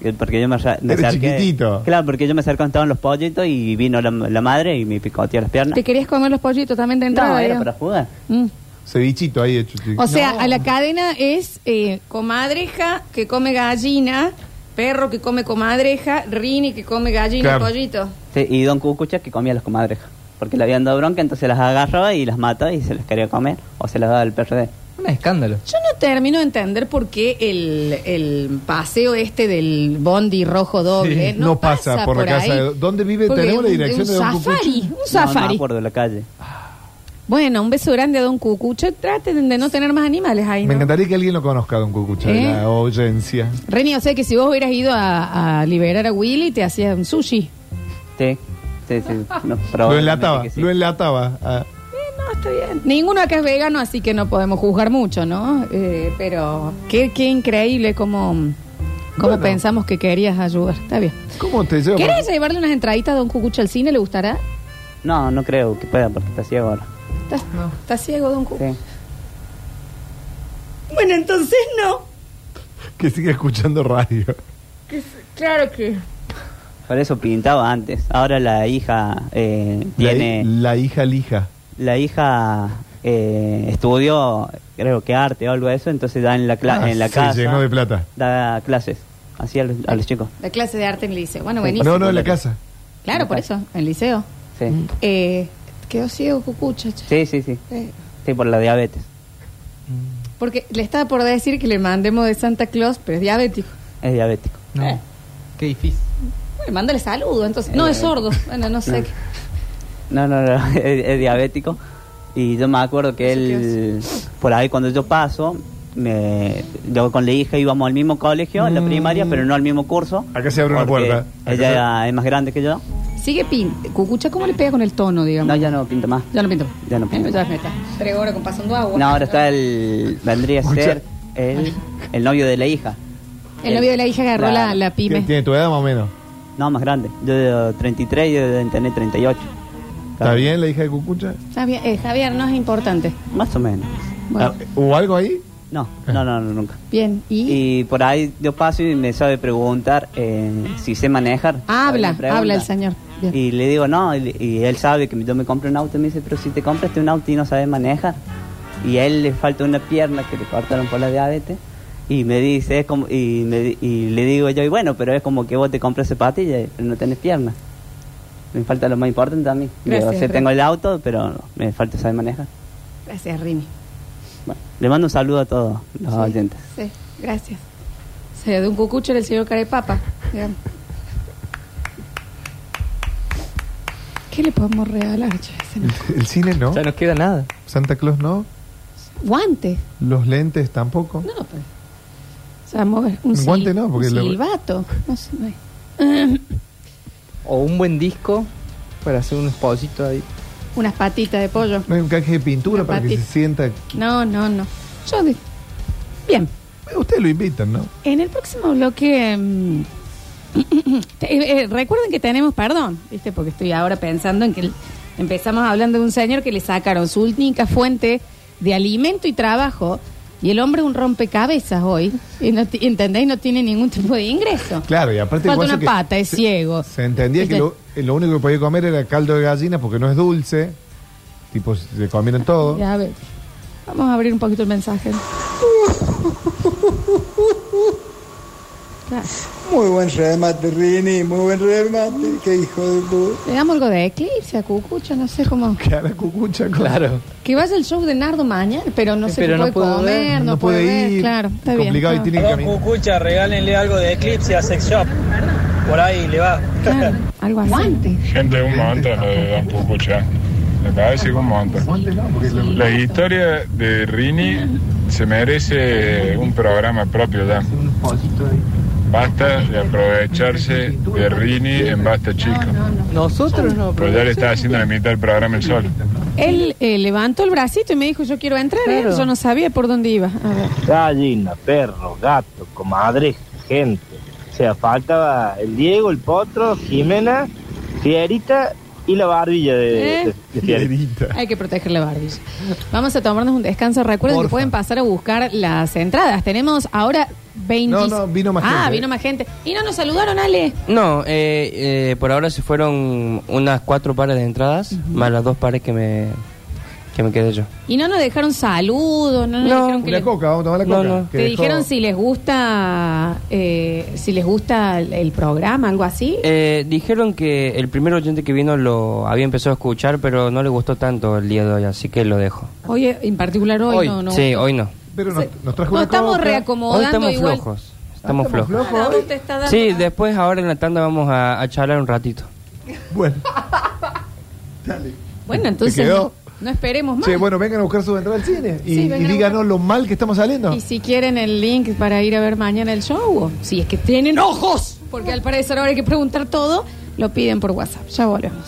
Speaker 17: Que- Porque yo me, arra- me
Speaker 2: Era
Speaker 17: acerqué-
Speaker 2: chiquitito.
Speaker 17: Claro, porque yo me acerqué donde estaban los pollitos y vino la, la madre y me picoteó las piernas.
Speaker 1: Te querías comer los pollitos también de entrada.
Speaker 17: No, era
Speaker 1: digamos.
Speaker 17: para jugar.
Speaker 1: Mm.
Speaker 2: Cevichito ahí hecho. chico.
Speaker 1: O sea, a la cadena es eh, comadreja que come gallina, perro que come comadreja, rini que come gallina,
Speaker 17: Claro.
Speaker 1: pollito.
Speaker 17: Sí, y Don Cucucha que comía las comadrejas. Porque le habían dado bronca, entonces las agarraba y las mataba y se las quería comer. O se las daba al perro de él.
Speaker 3: Un escándalo.
Speaker 1: Yo no termino de entender por qué el, el paseo este del bondi rojo doble
Speaker 2: Sí,
Speaker 1: no, pasa, por,
Speaker 2: la casa
Speaker 1: ahí.
Speaker 2: de- ¿Dónde vive?
Speaker 1: Porque
Speaker 2: ¿Tenemos la
Speaker 1: un-
Speaker 2: dirección
Speaker 1: un
Speaker 2: de Don
Speaker 1: safari,
Speaker 2: Cucucho?
Speaker 1: un safari.
Speaker 17: No, me acuerdo de la calle.
Speaker 1: Bueno, un beso grande a Don Cucucho. Traten de no tener más animales ahí.
Speaker 2: Me
Speaker 1: ¿no?
Speaker 2: encantaría que alguien lo conozca, don Cucucha, de
Speaker 1: ¿Eh?
Speaker 2: la audiencia.
Speaker 1: Reni, o sea que si vos hubieras ido a, a liberar a Willy, te hacías un sushi.
Speaker 17: Sí, sí, sí. No,
Speaker 2: Lo
Speaker 17: probablemente
Speaker 2: enlataba,
Speaker 17: que sí.
Speaker 2: lo enlataba. Ah,
Speaker 1: No, está bien. Ninguno acá es vegano, así que no podemos juzgar mucho, ¿no? Eh, pero qué, qué increíble cómo, cómo
Speaker 2: Bueno.
Speaker 1: pensamos que querías ayudar. Está bien.
Speaker 2: ¿Cómo te llevo?
Speaker 1: ¿Querés llevarle unas entraditas a Don Cucucho al cine? ¿Le gustará?
Speaker 17: No, no creo que pueda porque está ciego ahora.
Speaker 1: ¿Está, está ciego, Don Cucucho?
Speaker 17: Sí.
Speaker 1: Bueno, entonces no.
Speaker 2: Que sigue escuchando radio.
Speaker 1: Claro que.
Speaker 17: Por eso pintaba antes. Ahora la hija eh,
Speaker 2: La hi- mm.
Speaker 17: tiene.
Speaker 2: La, hija lija.
Speaker 17: La hija eh, estudió creo que arte o algo de eso, entonces da en la, cla-
Speaker 2: Ah,
Speaker 17: en la
Speaker 2: se
Speaker 17: casa.
Speaker 2: llenó de plata.
Speaker 17: Da clases, así a los, a los chicos.
Speaker 1: La clase de arte en el liceo. Bueno, buenísimo.
Speaker 2: No, no, en la casa.
Speaker 1: Claro, por eso, en el liceo.
Speaker 17: Sí.
Speaker 18: Mm.
Speaker 1: Eh, quedó ciego, cucucha. che.
Speaker 17: Sí, sí, sí.
Speaker 1: Eh,
Speaker 17: Sí, por la diabetes.
Speaker 1: porque le estaba por decir que le mandemos de Santa Claus, pero es diabético.
Speaker 17: Es diabético.
Speaker 1: Eh,
Speaker 19: Qué difícil.
Speaker 1: bueno, mándale saludo, entonces. No,
Speaker 17: Eh,
Speaker 1: es sordo. Bueno, no sé.
Speaker 17: no.
Speaker 1: qué.
Speaker 17: No, no, no, es, es diabético. Y yo me acuerdo que él, por ahí cuando yo paso, me, Eh, yo con la hija íbamos al mismo colegio, en la primaria, pero no al mismo curso.
Speaker 2: Acá se abre una
Speaker 17: porque
Speaker 2: puerta. Acá
Speaker 17: Ella
Speaker 2: se-
Speaker 17: era- es más grande que yo.
Speaker 1: Sigue pin. Cucucha, ¿cómo le pega con el tono, digamos?
Speaker 17: No, ya no pinta más.
Speaker 1: Ya no pinta
Speaker 17: Ya no pinta.
Speaker 1: Ya me está. Tres horas con pasando agua.
Speaker 17: No, ahora está el, vendría a ser el, el novio de la hija.
Speaker 1: El novio de la hija agarró la, la pyme.
Speaker 2: ¿Tiene tu edad más o menos?
Speaker 17: No, más grande. Yo de 33 y yo deben tener 38.
Speaker 2: ¿Está bien la hija de Cucucha?
Speaker 1: Javier, eh, Javier, no es importante.
Speaker 17: Más o menos. Ah,
Speaker 1: Bueno.
Speaker 2: Ah, ¿Hubo algo ahí?
Speaker 17: No, no, no, no, nunca.
Speaker 1: Bien, y.
Speaker 17: Y por ahí yo paso y me sabe preguntar eh, si sé manejar.
Speaker 1: habla,
Speaker 17: Me pregunta.
Speaker 1: habla el señor. Bien.
Speaker 17: Y le digo, no, y, y él sabe que yo me compré un auto y me dice, pero si te compraste un auto y no sabes manejar. Y a él le falta una pierna que le cortaron por la diabetes. Y me dice, es como, y, me di- y le digo yo, y bueno, pero es como que vos te compras zapatillas y no tenés pierna. Me falta lo más importante a mí. Le digo,
Speaker 1: Gracias,
Speaker 17: sí, tengo
Speaker 1: Remy.
Speaker 17: el auto, pero me falta saber manejar.
Speaker 1: Gracias, Rini.
Speaker 17: Le mando un saludo a todos los oyentes.
Speaker 1: Sí, gracias. Se de un cucucho era el señor Carepapa. digamos. ¿Qué le podemos regalar? che? Se nos-
Speaker 2: El cine no.
Speaker 19: Ya no queda nada.
Speaker 2: Santa Claus no.
Speaker 1: Guante.
Speaker 2: Los lentes tampoco.
Speaker 1: No, pero. O sea, mover un,
Speaker 2: Un guante
Speaker 1: sil-
Speaker 2: no, porque
Speaker 1: un
Speaker 2: lo-
Speaker 1: silbato. No sé, no hay.
Speaker 19: O un buen disco para hacer un esposito ahí.
Speaker 1: Unas patitas de pollo.
Speaker 2: No hay un canje de pintura
Speaker 1: Una
Speaker 2: para que se
Speaker 1: patita.
Speaker 2: sienta.
Speaker 1: No, no, no. Yo di- Bien.
Speaker 2: Ustedes lo invitan, ¿no?
Speaker 1: En el próximo bloque. mm, te- eh, eh, recuerden que tenemos, perdón, ¿viste? Porque estoy ahora pensando en que el- empezamos hablando de un señor que le sacaron su única fuente de alimento y trabajo. Y el hombre un rompecabezas hoy. Y no, ti- ¿Entendéis? No tiene ningún tipo de ingreso.
Speaker 2: Claro, y aparte. el
Speaker 1: Falta
Speaker 2: guaso
Speaker 1: una
Speaker 2: que
Speaker 1: pata, es ciego.
Speaker 2: Se entendía que
Speaker 1: Este-
Speaker 2: lo, eh, lo único que podía comer era caldo de gallina porque no es dulce. Tipo, se comieron todo.
Speaker 1: Ya, a ver. Vamos a abrir un poquito el mensaje. Claro.
Speaker 3: Muy buen remate, Rini, muy buen remate. Qué hijo de puta.
Speaker 1: Le damos algo de eclipse a Cucucha, no sé cómo.
Speaker 2: Cara cucucha,
Speaker 19: Claro.
Speaker 1: Que vaya al show de Nardo mañana, pero no sé
Speaker 19: Pero
Speaker 1: qué
Speaker 19: no
Speaker 1: puede
Speaker 19: puedo
Speaker 1: comer,
Speaker 19: ver,
Speaker 1: no,
Speaker 19: no
Speaker 1: puede,
Speaker 19: puede
Speaker 1: ver,
Speaker 19: ir,
Speaker 1: claro. Está bien.
Speaker 2: complicado y
Speaker 1: está
Speaker 2: tiene
Speaker 1: bien.
Speaker 2: que caminar.
Speaker 13: Cucucha, regálenle algo de Eclipse a Sex Shop. Por ahí le va.
Speaker 1: Claro, algo así.
Speaker 20: Gente, un montón lo de Don Cucucha. Me parece que un montón. La historia de Rini se merece un programa propio ya. Basta de aprovecharse de Rini en Basta Chico.
Speaker 19: Nosotros no.
Speaker 20: Pero ya le está haciendo la mitad del programa el sol.
Speaker 1: Él eh, levantó el bracito y me dijo, yo quiero entrar, ¿eh? yo no sabía por dónde iba. A ver.
Speaker 21: Gallina, perro, gato, comadre, gente. O sea, faltaba el Diego, el Potro, Jimena, Fierita y la barbilla de,
Speaker 1: ¿Eh?
Speaker 21: de- de Fierita.
Speaker 1: Hay que proteger la barbilla. Vamos a tomarnos un descanso. Recuerden que pueden pasar a buscar las entradas. Tenemos ahora 20...
Speaker 19: No, no, vino más
Speaker 1: Ah,
Speaker 19: gente,
Speaker 1: vino más gente. Y no nos saludaron, Ale.
Speaker 18: No, eh, eh, por ahora se fueron unas cuatro pares de entradas, más las dos pares que me, que me quedé yo.
Speaker 1: Y no nos dejaron saludos, no nos dijeron que
Speaker 2: Una
Speaker 1: les-
Speaker 2: coca, vamos a tomar la
Speaker 18: No,
Speaker 2: coca.
Speaker 18: no.
Speaker 2: Que
Speaker 1: Te
Speaker 2: dejó-
Speaker 1: dijeron si les gusta eh, si les gusta el, el programa, algo así.
Speaker 18: Eh, dijeron que el primer oyente que vino lo había empezado a escuchar, pero no le gustó tanto el día de hoy, así que lo dejo.
Speaker 1: Hoy eh, en particular hoy, no, no.
Speaker 18: sí, hoy no.
Speaker 2: Pero nos, nos trajo
Speaker 1: No
Speaker 2: una
Speaker 1: estamos
Speaker 2: coca.
Speaker 1: reacomodando
Speaker 18: Hoy estamos
Speaker 1: igual.
Speaker 18: flojos.
Speaker 17: Ah,
Speaker 18: Estamos,
Speaker 1: estamos
Speaker 18: flojos.
Speaker 1: flojos hoy. Te está dando-
Speaker 18: Sí, después ahora en la tanda vamos a, a charlar un ratito.
Speaker 2: Bueno.
Speaker 1: Bueno, entonces no,
Speaker 2: quedó?
Speaker 1: no esperemos más.
Speaker 2: Che, bueno, vengan a buscar su entrada al cine. Y,
Speaker 1: Sí,
Speaker 2: y
Speaker 1: vengan a
Speaker 2: díganos lo mal que estamos saliendo.
Speaker 1: Y si quieren el link para ir a ver mañana el show, o si es que tienen ojos, porque al parecer ahora hay que preguntar todo, lo piden por WhatsApp. Ya volvemos.